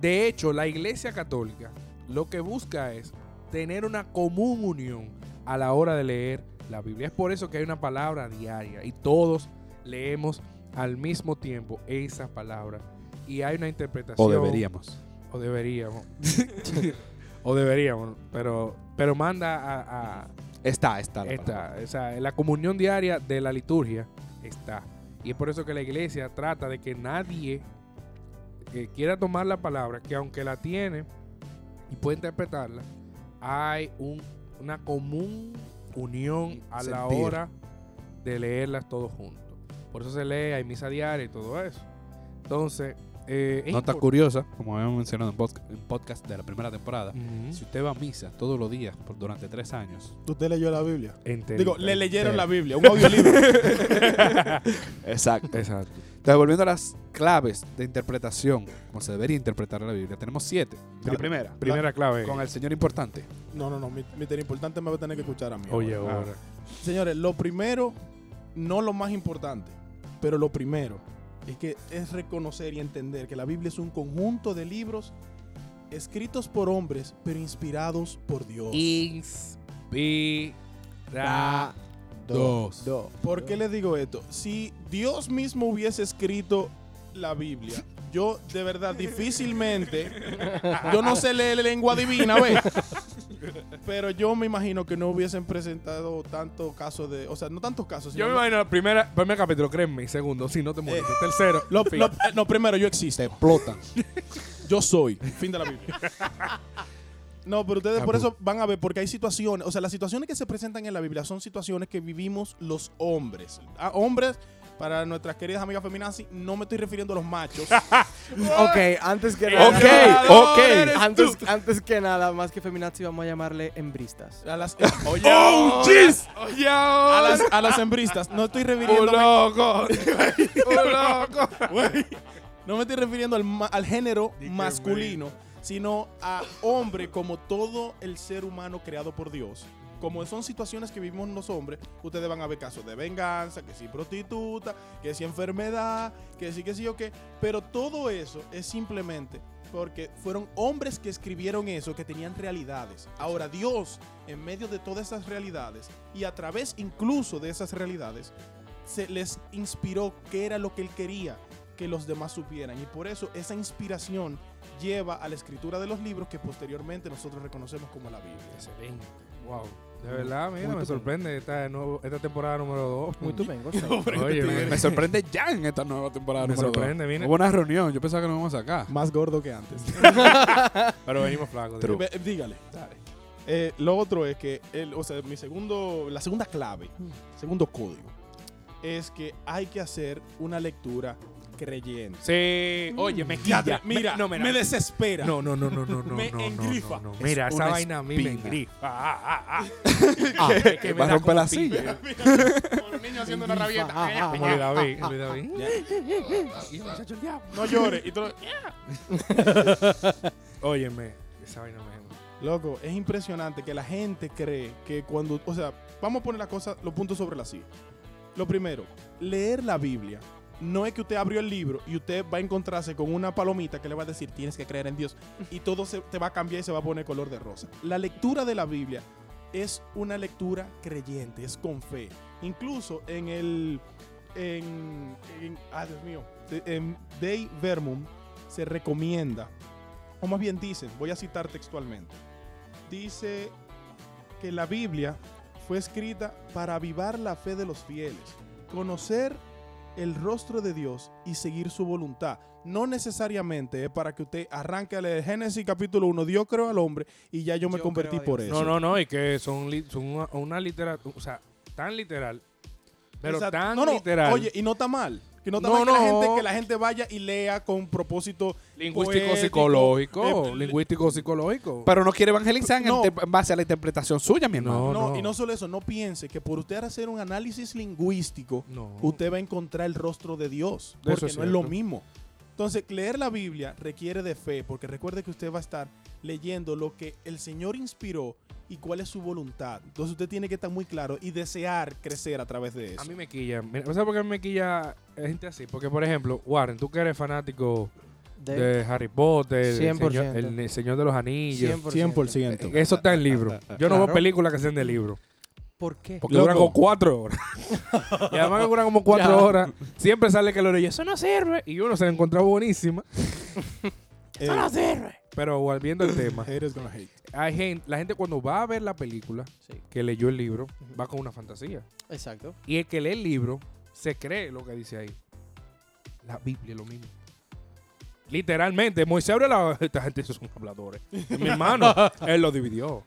B: De hecho, la Iglesia Católica lo que busca es tener una común unión a la hora de leer la Biblia. Es por eso que hay una palabra diaria y todos leemos al mismo tiempo esa palabra. Y hay una interpretación.
A: O deberíamos.
B: O deberíamos. <laughs> o deberíamos. Pero, pero manda a- a,
A: Está, está. Ah, La palabra.
B: Está, o sea, la comunión diaria de la liturgia está. Y es por eso que la iglesia trata de que nadie eh, quiera tomar la palabra, que aunque la tiene y puede interpretarla, hay un- una común unión a la
A: Sentir.
B: hora de leerlas todos juntos. Por eso se lee, hay misa diaria y todo eso. Entonces, eh, es
A: Nota
B: impor-
A: curiosa, como habíamos mencionado en, podca- en podcast de la primera temporada.
B: Ujú.
A: Si usted va a misa todos los días por, durante tres años,
C: Usted leyó la Biblia.
B: Entendí.
C: Digo, le leyeron
A: Sí.
C: la Biblia, <laughs> un audiolibro.
A: Exacto.
B: Exacto.
A: <laughs> Entonces, volviendo a las claves de interpretación, como se debería interpretar la Biblia, tenemos siete. La
B: Pri-
A: primera,
B: Primera clave.
A: con el Señor importante.
C: No, no, no, mi, mi tan importante me va a tener que escuchar a mí.
B: Oye,
C: ahora.
B: ahora.
C: Señores, lo primero, no lo más importante, pero lo primero es que es reconocer y entender que la Biblia es un conjunto de libros escritos por hombres, pero inspirados por Dios.
B: Inspirado.
A: Dos.
C: ¿Por qué le digo esto? Si Dios mismo hubiese escrito la Biblia, yo de verdad difícilmente, yo no sé leer lengua divina, ¿ves? Pero yo me imagino que no hubiesen presentado tantos casos de, o sea, no tantos casos.
B: Yo
C: sino
B: me
C: lo-
B: imagino, primera, primer capítulo, créeme. y Segundo, si no te mueres. Tercero,
C: lo-
B: fin.
C: lo- eh, no, primero yo existo.
A: Te explotan.
C: Yo soy. Fin de la Biblia. <laughs> Ah, pues. No, pero ustedes por eso van a ver, porque hay situaciones, o sea, las situaciones que se presentan en la Biblia son situaciones que vivimos los hombres. Ah, hombres Para nuestras queridas amigas feminazis, no me estoy refiriendo a los machos.
E: Ok, antes que nada.
B: Ok, ok.
E: Antes, antes que nada, más que feminazi, vamos a llamarle hembristas.
C: A <laughs> las,
B: ¡Oh, jeez! ¡Oye,
C: a las,
B: ahora!
C: a las hembristas. No estoy
B: ¡Un
C: refiriéndome,
B: loco! ¡Un loco!
C: no me estoy refiriendo al, ma- al género masculino, sino a hombre como todo el ser humano creado por Dios. Como son situaciones que vivimos los hombres, ustedes van a ver casos de venganza, que si prostituta, que si enfermedad, que si, que si o que Pero todo eso es simplemente porque fueron hombres que escribieron eso, que tenían realidades. Ahora Dios, en medio de todas esas realidades y a través incluso de esas realidades, se les inspiró qué era lo que él quería que los demás supieran. Y por eso esa inspiración lleva a la escritura de los libros que posteriormente nosotros reconocemos como la Biblia.
B: Wow. De verdad, mira,
E: Muy
B: me
E: tu-
B: sorprende esta, nuevo- esta temporada número 2.
E: Muy tupengo. sí.
B: Oye,
A: Me,
B: me,
A: me sorprende ya en esta nueva temporada.
B: me
A: número dos.
B: sorprende, mira.
A: Hubo una reunión, yo pensaba que nos íbamos a sacar.
C: Más gordo
B: <laughs>
C: que antes.
B: Pero venimos flacos.
A: True.
C: Ve- Dígale. Eh, lo otro es que, el, o sea, mi segundo, la segunda clave,
B: Hmm.
C: segundo código, es que hay que hacer una lectura creyente.
B: Sí. Oye, me
C: Diatre,
B: quilla.
C: mira,
B: no, mira.
C: me desespera.
B: No, no, no, no, no, no.
C: Me
B: no, no,
C: engrifa.
B: no, no. Mira,
A: Es
B: esa
A: una
B: vaina a mí me
A: espina.
B: engrifa. Ah, ah, ah.
A: Ah,
B: Que- que me
A: va a
B: da
A: romper la
B: como pica.
A: silla.
C: Como los niños haciendo una rabieta.
E: Ah, ah,
B: Luis
E: ah.
B: David, Luis David.
C: <laughs> No llores. Y tú lo- <laughs>
B: Óyeme, esa vaina me
C: Loco, es impresionante que la gente cree que cuando, o sea, vamos a poner las cosas, los puntos sobre la silla. Lo primero, leer la Biblia. No es que usted abrió el libro y usted va a encontrarse con una palomita que le va a decir tienes que creer en Dios y todo se, te va a cambiar y se va a poner color de rosa. La lectura de la Biblia es una lectura creyente, es con fe. Incluso en el, en, en- ah Dios mío, de- en Dei Verbum se recomienda o más bien dicen, voy a citar textualmente, dice que la Biblia fue escrita para avivar la fe de los fieles, conocer el rostro de Dios y seguir su voluntad. No necesariamente es para que usted arranque a leer Génesis capítulo 1, Dios creó al hombre y ya yo me
E: Yo
C: convertí
E: creo a
C: por
E: Dios.
C: eso.
B: No, no, no, y que son, li- son una, una literatura, o sea, tan literal, pero
C: Exacto.
B: tan
C: No, no,
B: literal.
C: Oye, y no está mal. Que no está
B: No,
C: mal Que, la
B: no.
C: gente, que la gente vaya y lea con propósito
B: lingüístico
C: poético,
B: psicológico,
C: eh,
B: lingüístico psicológico.
A: Pero no quiere evangelizar en,
C: No.
A: ante- en base a la interpretación suya, mi hermano.
B: No,
C: No, y no solo eso, no piense que por usted hacer un análisis lingüístico,
B: No.
C: usted va a encontrar el rostro de Dios.
B: Eso
C: Porque
B: es
C: no es lo
B: cierto.
C: mismo. Entonces, leer la Biblia requiere de fe, porque recuerde que usted va a estar leyendo lo que el Señor inspiró y cuál es su voluntad. Entonces, usted tiene que estar muy claro y desear crecer a través de eso.
B: A mí me quilla. Mira, ¿Sabes por qué me quilla gente así? Porque, por ejemplo, Warren, tú que eres fanático
E: De
B: de Harry Potter, el
E: 100%.
B: Señor, el Señor de los Anillos.
E: 100%.
B: Eh, Eso está en libro. Yo no
E: Claro.
B: veo películas que sean de libro.
E: ¿Por qué?
B: Porque
C: Loco.
B: duran como cuatro horas. <laughs> y además que duran como cuatro
E: Ya.
B: horas. Siempre sale que lo leyó. Eso no sirve. Y uno se la encontró buenísima.
C: Eh,
B: Pero volviendo al tema.
C: haters gonna hate.
B: Hay gente, la gente cuando va a ver la película
E: Sí,
B: que leyó el libro, va con una fantasía.
E: exacto.
B: Y el que lee el libro se cree lo que dice ahí. La Biblia es lo mismo. Literalmente, Moisés abre la. <laughs> Esta gente esos son habladores. Mi hermano, él lo dividió.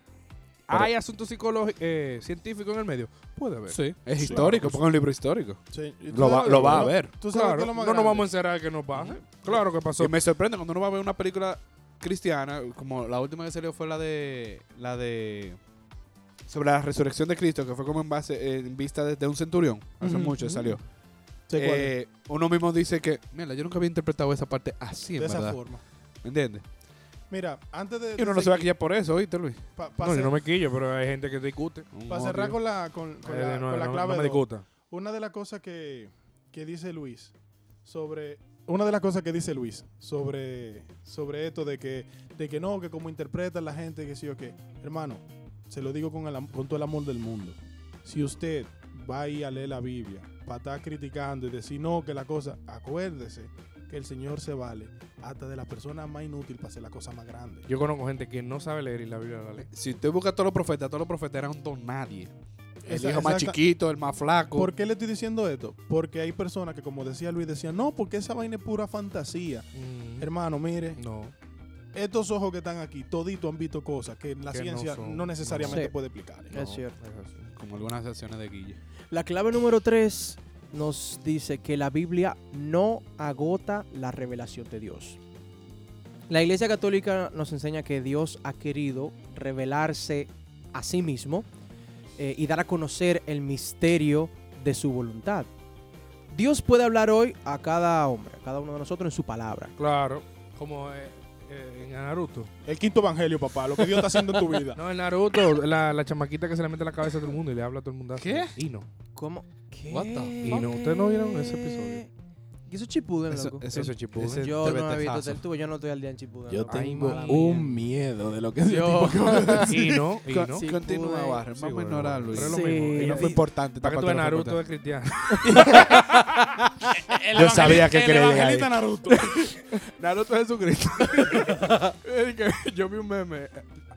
B: ¿Hay asuntos psicológicos, científicos en el medio? Puede haber.
A: Sí, es
C: Sí.
A: histórico, ponga un libro histórico.
C: Sí, y tú
A: Lo va,
C: sabes
A: lo va a
C: ¿no?
A: ver.
C: Tú sabes que
B: Claro,
C: es lo
B: no
C: más
B: nos
C: grande.
B: vamos a encerrar que nos pase. Claro que pasó.
A: Y me sorprende cuando uno va a ver una película cristiana, como la última que salió fue la de la de sobre la resurrección de Cristo, que fue como en base eh, en vista de, de un centurión, hace
C: Ujú,
A: mucho
C: ujú.
A: salió.
C: Sí, cuál es.
A: Eh, uno mismo dice que, mira, yo nunca había interpretado esa parte así, en
C: de esa
A: verdad.
C: forma.
A: ¿Me entiendes?
C: Mira, antes de.
A: Y uno
C: de
A: no se va a
C: seguir,
A: quillar por eso, ¿oíste, Luis?
C: pa- pa'
B: no, yo
C: hacer-
B: no me quillo, pero hay gente que discute.
A: Un
C: Para cerrar
A: odio.
C: con la, con, con
B: Eh,
C: la,
B: no,
C: con la
B: no,
C: clave
B: no me
C: dos.
B: discuta.
C: Una de las cosas que, que dice Luis sobre... Una de las cosas que dice Luis sobre, sobre esto de que, de que no, que como interpreta la gente, que sí o qué. Hermano, se lo digo con, el am- con todo el amor del mundo. Si usted va ahí a leer la Biblia para estar criticando y decir no, que la cosa, acuérdese que el Señor se vale hasta de la persona más inútil para hacer la cosa más grande.
B: Yo conozco gente que no sabe leer y la Biblia la lee.
A: Si usted busca a todos los profetas, todos los profetas eran un don nadie. El
C: Esa-
A: hijo más
C: exacta-
A: chiquito, el más flaco.
C: ¿Por qué le estoy diciendo esto? Porque hay personas que, como decía Luis, decían, no, porque esa vaina es pura fantasía.
B: Mm,
C: Hermano, mire,
B: No.
C: estos ojos que están aquí, todito han visto cosas que la
B: Que no
C: ciencia no,
B: son-
C: necesariamente
E: no. Sí.
C: puede explicar.
E: Es cierto.
A: Como algunas acciones de Guille.
E: La clave número 3 nos dice que la Biblia no agota la revelación de Dios. La Iglesia Católica nos enseña que Dios ha querido revelarse a sí mismo eh, y dar a conocer el misterio de su voluntad. Dios puede hablar hoy a cada hombre, a cada uno de nosotros en su palabra.
B: Claro, como eh, eh, en Naruto.
C: El quinto evangelio, papá, lo que Dios está haciendo en tu vida.
B: <laughs> No, en Naruto, la, la chamaquita que se le mete en la cabeza a todo el mundo y le habla a todo el mundo.
A: ¿Qué?
B: Y no.
E: ¿Cómo? ¿Qué?
A: What the
B: fuck? Y no, ¿ustedes no vieron ese episodio?
E: ¿Y eso es Chipuden,
A: Eso-
E: loco?
A: eso-
B: Eso es Shippuden.
A: ese-
E: yo
A: Pues te
E: no he
A: vete
E: visto
A: faso.
E: el tubo, yo no estoy al día en Chipuden.
A: Yo
E: loco. Ay,
A: tengo
E: mala mía.
A: un miedo de lo que ese tipo acaba de
B: Y no, y
A: Con-
B: no.
E: Sí,
A: Continúa,
E: pude.
A: Barre.
B: Sí,
A: Vamos a
B: bueno,
A: ignorar, Luis.
B: pero es lo
E: Sí.
B: mismo.
A: Y no fue
B: Y-
A: importante.
B: ¿Para
A: tampoco
B: que tú de
A: no fue
B: Naruto de
A: importante.
B: cristiano?
A: Yo sabía que él quería llegar ahí.
C: Evangelista Naruto.
B: Naruto Jesucristo. <laughs> Es que yo vi un meme,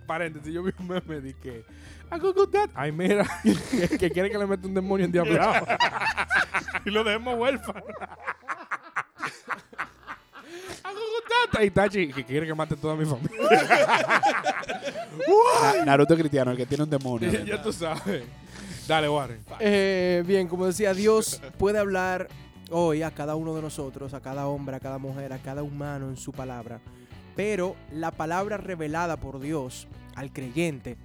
B: paréntesis, yo vi un meme de que, "Ah, cucu, that". Ay, mira, <laughs> que, que quiere que le meta un demonio en diablo. <laughs> y lo dejemos huérfano. Ah, cucu, that. Y Tachi, que quiere que mate toda mi familia.
A: Na- Ah, Naruto cristiano, el que tiene un demonio.
B: <laughs> <laughs> ya tú sabes. Dale, Warren.
E: <laughs> Eh, bien, como decía, Dios puede hablar hoy a cada uno de nosotros, a cada hombre, a cada mujer, a cada humano en su palabra. Pero la palabra revelada por Dios al creyente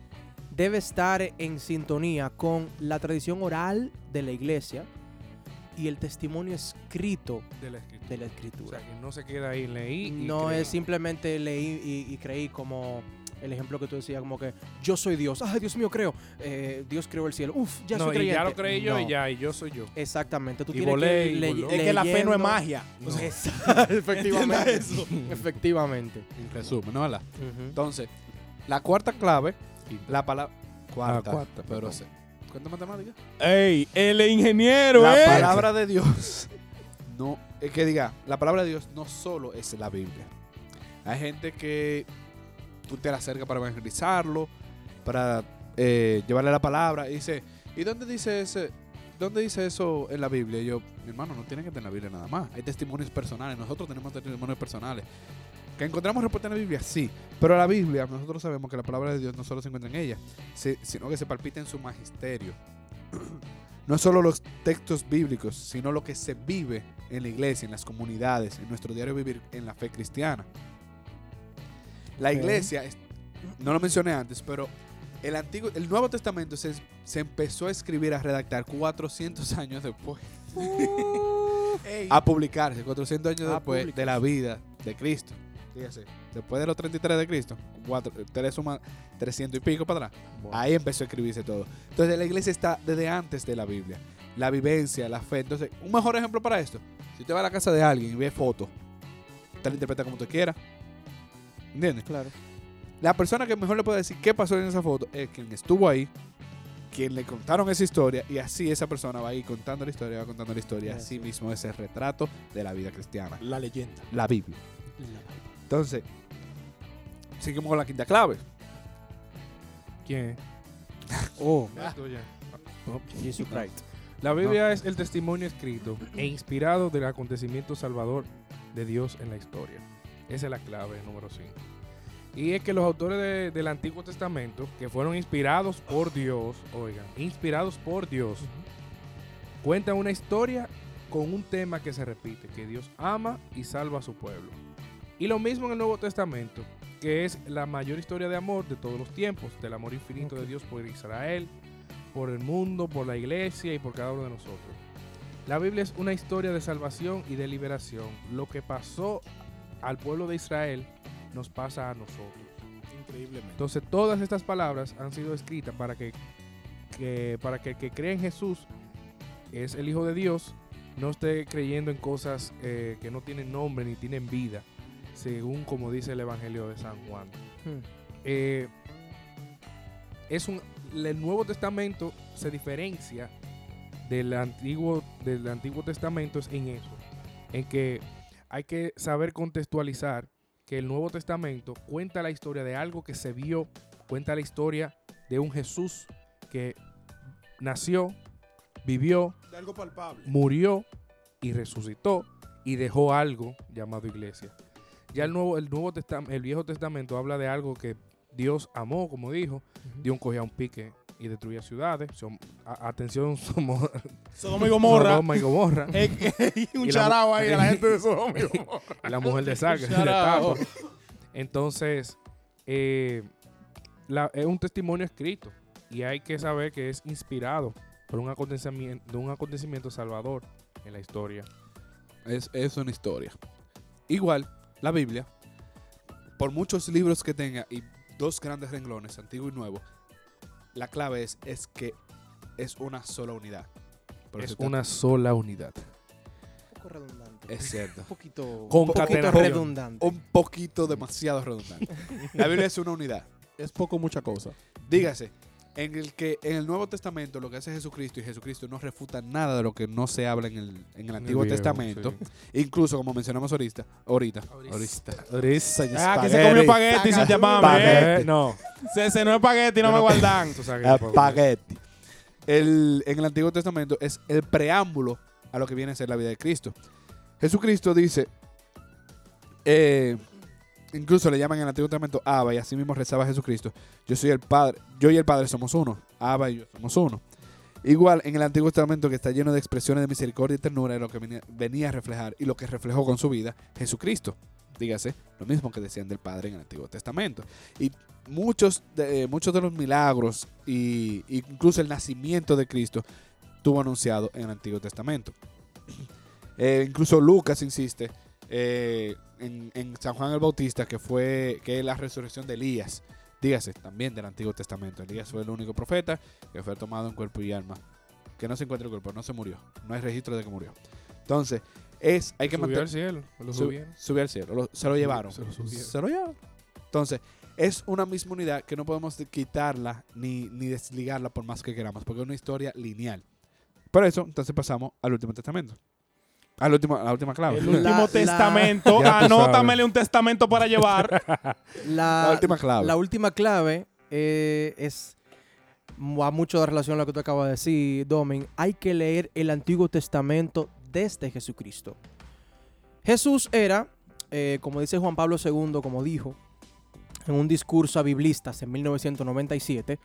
E: debe estar en sintonía con la tradición oral de la iglesia y el testimonio escrito
B: De la escritura.
E: de la
B: O sea,
E: escritura.
B: que no se queda ahí, leí. y
E: No
B: creí.
E: es simplemente leí y, y creí como el ejemplo que tú decías, como que yo soy Dios, ay Dios mío creo, Eh, Dios creó el cielo, uf, ya
B: No,
E: soy
B: y
E: creyente.
B: ya lo creí yo y
E: No.
B: ya, y yo soy yo.
E: Exactamente. Tú
B: Y
E: tienes
B: volé,
E: que ir
B: y
E: le-
B: voló.
C: Es que la fe no es
E: leyendo.
C: magia.
B: No. <laughs>
E: <laughs> Exacto,
C: Entienda
E: efectivamente.
C: eso.
E: Efectivamente.
A: En resumen, ¿no? ¿Verdad?
E: Ujú.
A: Entonces, la cuarta clave, la palabra. Cuarta,
B: cuarta,
A: pero
B: perdón.
A: sé. ¿Cuánto matemática?
C: Ey, el ingeniero,
A: la
C: ¿eh?
A: palabra de Dios <laughs> no es que diga la palabra de Dios no solo es la Biblia hay gente que tú te la acercas para evangelizarlo para eh, llevarle la palabra y dice y dónde dice ese dónde dice eso en la Biblia Y yo mi hermano no tiene que tener la Biblia nada más hay testimonios personales nosotros tenemos testimonios personales que encontramos respuesta en la Biblia sí pero la Biblia nosotros sabemos que la palabra de Dios no solo se encuentra en ella si- sino que se palpita en su magisterio <clears throat> no solo los textos bíblicos, sino lo que se vive en la iglesia, en las comunidades, en nuestro diario vivir, en la fe cristiana. La
E: Ok.
A: iglesia, es- no lo mencioné antes, pero el, Antiguo, el Nuevo Testamento se, se empezó a escribir, a redactar 400 <laughs> años después,
C: Ey,
A: a publicarse 400 años
E: A
A: después de la vida de Cristo. Fíjese, después de los 33 de Cristo, 3 suma 300 y pico para atrás. Ahí empezó a escribirse todo. Entonces la iglesia está desde antes de la Biblia. La vivencia, la fe. Entonces, un mejor ejemplo para esto. Si usted va a la casa de alguien y ve fotos, usted la interpreta como usted quiera. ¿Entiendes?
E: Claro.
A: La persona que mejor le puede decir qué pasó en esa foto es quien estuvo ahí, quien le contaron esa historia y así esa persona va a ir contando la historia, va contando la historia.
E: Así
A: Así mismo es el retrato de la vida cristiana,
C: La leyenda.
A: la Biblia. Entonces, seguimos con la quinta clave.
B: ¿Quién?
E: Oh,
B: La tuya.
E: Jesus Christ.
B: La Biblia es el testimonio escrito e inspirado del acontecimiento salvador de Dios en la historia. Esa es la clave número 5. Y es que los autores de- del Antiguo Testamento, que fueron inspirados por Dios, oigan, inspirados por Dios, cuentan una historia con un tema que se repite, que Dios ama y salva a su pueblo. Y lo mismo en el Nuevo Testamento, que es la mayor historia de amor de todos los tiempos, del amor infinito de Dios por Israel, por el mundo, por la iglesia y por cada uno de nosotros. La Biblia es una historia de salvación y de liberación. Lo que pasó al pueblo de Israel nos pasa a nosotros.
C: Increíblemente.
B: Entonces todas estas palabras han sido escritas para que, que- para que el que cree en Jesús que es el Hijo de Dios no esté creyendo en cosas eh, que no tienen nombre ni tienen vida, según como dice el Evangelio de San Juan.
E: Hmm.
B: Eh, es un, el Nuevo Testamento se diferencia del Antiguo, del Antiguo Testamento es en eso, en que hay que saber contextualizar que el Nuevo Testamento cuenta la historia de algo que se vio, cuenta la historia de un Jesús que nació, vivió,
C: De algo palpable.
B: murió y resucitó y dejó algo llamado iglesia. Ya el nuevo, el nuevo Testam- el Viejo Testamento habla de algo que Dios amó, como dijo,
E: Ujú.
B: Dios cogía un pique y destruía ciudades. Som- a- atención, <laughs> somos
C: Sodoma y Gomorra.
B: Sodoma y
C: <laughs>
B: Gomorra.
C: Ey, un
B: Y la-
C: charao ahí
B: <laughs>
C: a la gente de Sodoma y Gomorra.
B: la mujer
C: <laughs>
B: de Zack,
C: Shout
B: de
C: out.
B: Tapo. Entonces, eh, la- es un testimonio escrito y hay que saber que es inspirado por un acontecimiento, un acontecimiento salvador en la historia.
A: Es, es una historia. Igual, la Biblia, por muchos libros que tenga y dos grandes renglones, antiguo y nuevo, la clave es, es que es una sola unidad. Por
B: es
A: eso está-
B: una sola unidad.
E: Un poco redundante.
A: Es cierto.
E: Un poquito,
B: Con
E: un poquito
B: catenación.
E: redundante.
A: Un poquito demasiado redundante. La Biblia es una unidad.
C: Es poco mucha cosa.
A: Dígase, en el que en el Nuevo Testamento lo que hace Jesucristo y Jesucristo no refuta nada de lo que no se habla en el, en el Antiguo
B: Griego,
A: Testamento.
B: sí.
A: Incluso, como mencionamos ahorita, ahorita, ahorita,
C: Ah, que se comió espagueti sin llamarme. ¿eh?
B: Eh, no,
C: Se cenó espagueti y no me guardan.
B: tú
A: Ah,
B: sabes que tampoco-
A: Espagueti. El, en el Antiguo Testamento es el preámbulo a lo que viene a ser la vida de Cristo. Jesucristo dice, eh, incluso le llaman en el Antiguo Testamento Abba y así mismo rezaba Jesucristo. Yo soy el Padre, yo y el Padre somos uno. Abba y yo somos uno. Igual en el Antiguo Testamento que está lleno de expresiones de misericordia y ternura de lo que venía, venía a reflejar y lo que reflejó con su vida Jesucristo. Dígase, lo mismo que decían del Padre en el Antiguo Testamento muchos de, eh, muchos de los milagros y y incluso el nacimiento de Cristo estuvo anunciado en el Antiguo Testamento. <clears throat> Eh, incluso Lucas insiste eh, en, en San Juan el Bautista que fue que es la resurrección de Elías. Dígase, también del Antiguo Testamento. Elías fue el único profeta que fue tomado en cuerpo y alma. Que no se encuentra el cuerpo, no se murió. No hay registro de que murió. Entonces, es, hay que
B: Subió
A: mantener
B: al cielo, lo
A: Sub-
B: subieron.
A: subió al cielo. lo- se lo llevaron.
B: Se lo subieron.
A: Se lo llevaron. Entonces, es una misma unidad que no podemos de- quitarla ni, ni desligarla por más que queramos, porque es una historia lineal. Por eso, entonces pasamos al último testamento. Al último, a la última clave.
C: El
E: La-
C: último
E: la-
C: testamento.
B: Ya tú
C: Anótamele un testamento para llevar.
E: La,
A: <laughs> la última clave.
E: La última clave eh, es mu- a mucho de relación a lo que tú acabas de decir, Domen. Hay que leer el Antiguo Testamento desde Jesucristo. Jesús era, eh, como dice Juan Pablo II, como dijo en un discurso a biblistas en 1997,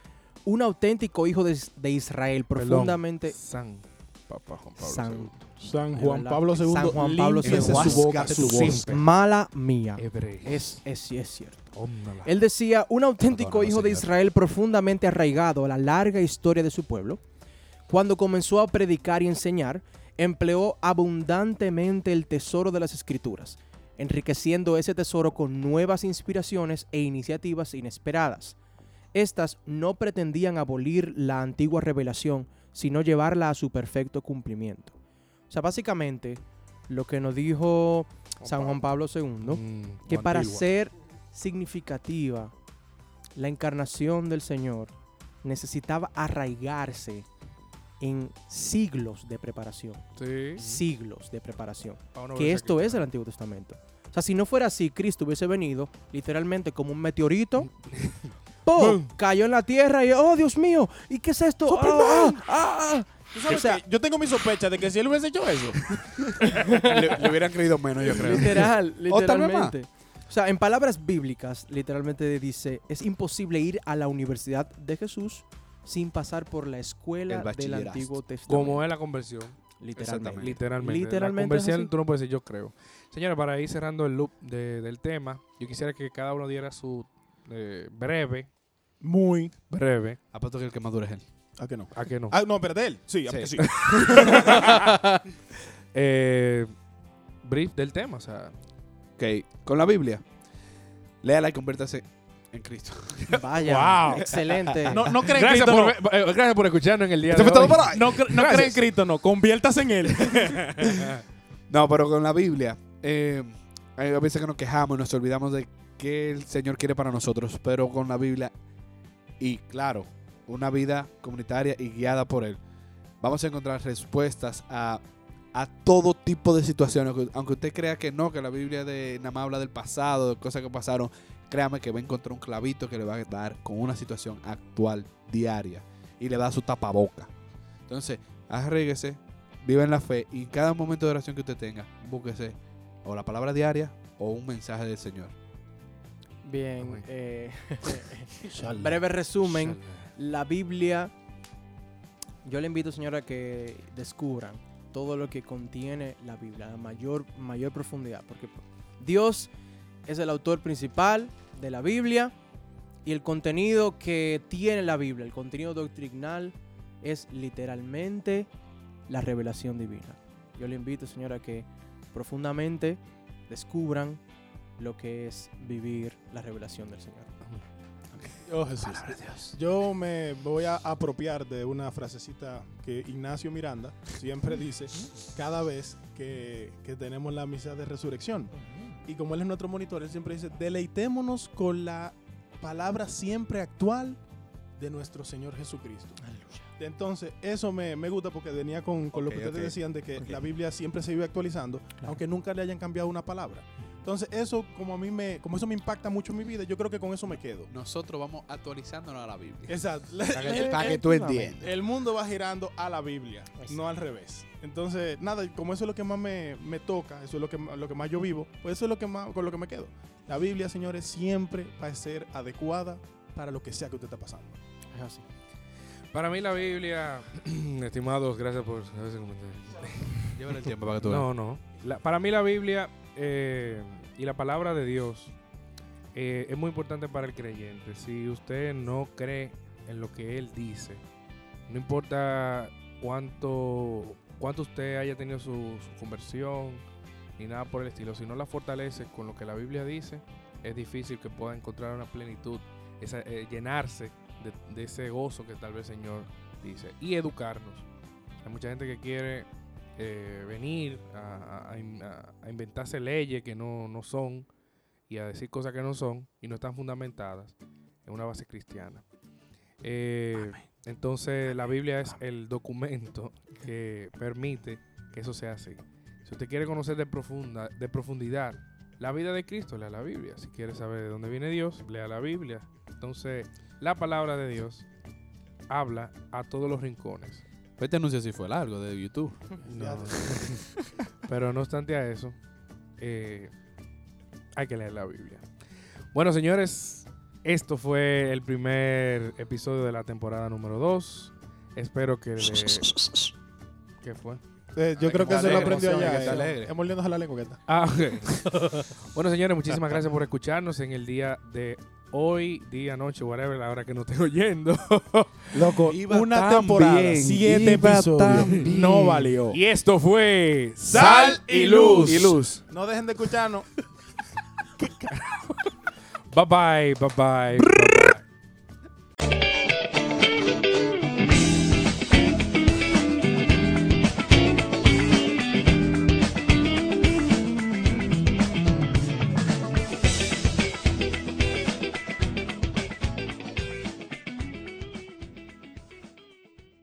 E: un auténtico hijo de, Is- de Israel,
B: Perdón,
E: profundamente
B: San Papa Juan Pablo
E: santo.
C: San
E: Juan Pablo II,
C: San Juan Pablo II.
E: límpiese su
B: boca, su voz.
E: Mala mía.
B: II. Hebreo.
E: Es, es, es cierto.
B: Ómnala.
E: Él decía, un auténtico
A: Perdóname,
E: hijo de
A: señor.
E: Israel profundamente arraigado a la larga historia de su pueblo, cuando comenzó a predicar y enseñar, empleó abundantemente el tesoro de las escrituras, enriqueciendo ese tesoro con nuevas inspiraciones e iniciativas inesperadas. Estas no pretendían abolir la antigua revelación, sino llevarla a su perfecto cumplimiento. O sea, básicamente, lo que nos dijo San Juan Pablo II,
B: Mm,
E: que para
B: antigua.
E: ser significativa la encarnación del Señor necesitaba arraigarse en siglos de preparación,
B: Sí.
E: siglos de preparación,
B: Para uno
E: que
B: verse
E: esto es el
B: cristiano.
E: Antiguo Testamento. O sea, si no fuera así, Cristo hubiese venido literalmente como un meteorito. ¡Pum! Cayó en la tierra y, oh Dios mío, ¿y qué es esto? ¡Ah, ah, ah, ah!
C: ¿Tú sabes
E: O sea-
C: qué? yo tengo mi sospecha de que si él hubiese hecho eso,
A: le, le hubieran creído menos, yo creo.
C: <laughs>
E: Literal,
A: O tal vez más.
E: literalmente. O sea, en palabras bíblicas, literalmente dice, es imposible ir a la universidad de Jesús sin pasar por la escuela
A: El
E: del
A: bachillerato.
E: Antiguo Testamento.
B: Como es la conversión.
A: Exactamente.
E: Literalmente.
B: Literalmente.
E: Literalmente
B: La conversión,
E: es así.
B: tú no puedes decir yo creo. Señora, para ir cerrando el loop de- del tema, yo quisiera que cada uno diera su eh, breve,
C: muy.
B: breve,
A: Apuesto que el que más dura es él.
C: ¿A que no?
B: ¿a que no?
C: Ah, no, pero de él. Sí, a
A: Sí.
C: que sí.
B: <laughs> Eh, brief del tema, o sea,
A: Ok, con la Biblia. Léala y conviértase en Cristo.
E: <laughs> Vaya,
B: Wow.
E: excelente.
C: No, no creen
B: gracias
C: Cristo,
B: por,
C: no.
B: ve- eh, gracias por escucharnos en el día
A: Esto
B: de
A: fue todo
B: hoy.
A: por hoy.
C: No, cre- no creen Cristo, no. Conviértase en él.
B: <laughs>
A: No, pero con la Biblia, eh, hay veces que nos quejamos y nos olvidamos de qué el Señor quiere para nosotros, pero con la Biblia y claro, una vida comunitaria y guiada por Él, vamos a encontrar respuestas a, a todo tipo de situaciones. Aunque- Aunque usted crea que no, que la Biblia de, nada más habla del pasado, de cosas que pasaron, créame que va a encontrar un clavito que le va a dar con una situación actual, diaria, y le da su tapaboca. Entonces, arréguese, viva en la fe y en cada momento de oración que usted tenga, búsquese o la palabra diaria o un mensaje del Señor.
E: <laughs> Bien. eh, breve resumen. la Biblia, yo le invito, señora, a que descubran todo lo que contiene la Biblia, la mayor, mayor profundidad, porque Dios es el autor principal de la Biblia y el contenido que tiene la Biblia, el contenido doctrinal, es literalmente la revelación divina. Yo le invito, señora, a que profundamente descubran lo que es vivir la revelación del Señor.
C: <laughs> Oh, Jesús. Yo me voy a apropiar de una frasecita que Ignacio Miranda siempre dice cada vez que, que tenemos la misa de resurrección. Y como él es nuestro monitor, él siempre dice, deleitémonos con la palabra siempre actual de nuestro Señor Jesucristo. Entonces, eso me, me gusta porque venía con, con lo
A: Ok,
C: que ustedes
A: ok.
C: decían de que la Biblia siempre se vive actualizando, aunque nunca le hayan cambiado una palabra. Entonces, eso como a mí me, como eso me impacta mucho en mi vida, yo creo que con eso me quedo.
A: Nosotros vamos actualizándonos a la Biblia.
C: Exacto.
A: Para
C: <laughs>
A: que, para que tú entiendas.
C: El mundo va girando a la Biblia, no al revés. Entonces, nada, como eso es lo que más me, me toca, eso es lo que, lo que más yo vivo, pues eso es lo que más, con lo que me quedo. La Biblia, señores, siempre va a ser adecuada para lo que sea que usted está pasando.
E: Es así.
B: Para mí la Biblia, <clears throat> estimados, gracias por ese comentario.
A: Llévale el tiempo para que tú
B: No, no. La- para mí la Biblia eh, y la palabra de Dios eh, es muy importante para el creyente. Si usted no cree en lo que Él dice, no importa cuánto, cuánto usted haya tenido su, su conversión ni nada por el estilo, si no la fortalece con lo que la Biblia dice, es difícil que pueda encontrar una plenitud, esa, eh, llenarse de, de ese gozo que tal vez el Señor dice y educarnos. Hay mucha gente que quiere eh, venir a, a- a in- a- a inventarse leyes que no, no son y a decir cosas que no son y no están fundamentadas en una base cristiana. Eh, entonces la Biblia es el documento que permite que eso sea así. Si usted quiere conocer de, profunda, de profundidad la vida de Cristo, lea la Biblia. Si quiere saber de dónde viene Dios, lea la Biblia. Entonces la palabra de Dios habla a todos los rincones.
A: Pues Este anuncio sí fue largo de YouTube.
C: Ya.
B: No. <laughs> Pero no obstante a eso, eh, hay que leer la Biblia. Bueno, señores, esto fue el primer episodio de la temporada número 2. Espero que... le- ¿Qué fue?
C: Eh, yo
A: Ay,
C: creo
A: que
C: que
A: está
C: eso lo
A: alegre,
C: aprendió
A: emoción,
C: allá.
A: que está
C: eh.
A: alegre.
C: Es mordiéndose la lengua que está.
B: Ah, ok. bueno, señores, muchísimas gracias por escucharnos en el día de hoy, día, noche, whatever, la hora que nos estén oyendo.
C: Loco,
A: Iba
C: una
A: tan
C: temporada,
A: bien,
C: siete
A: iba
C: episodios.
A: tan bien.
C: No valió.
B: y esto fue...
C: Sal y luz.
B: Y luz.
C: No dejen de escucharnos.
B: Bye bye, bye bye. bye, bye.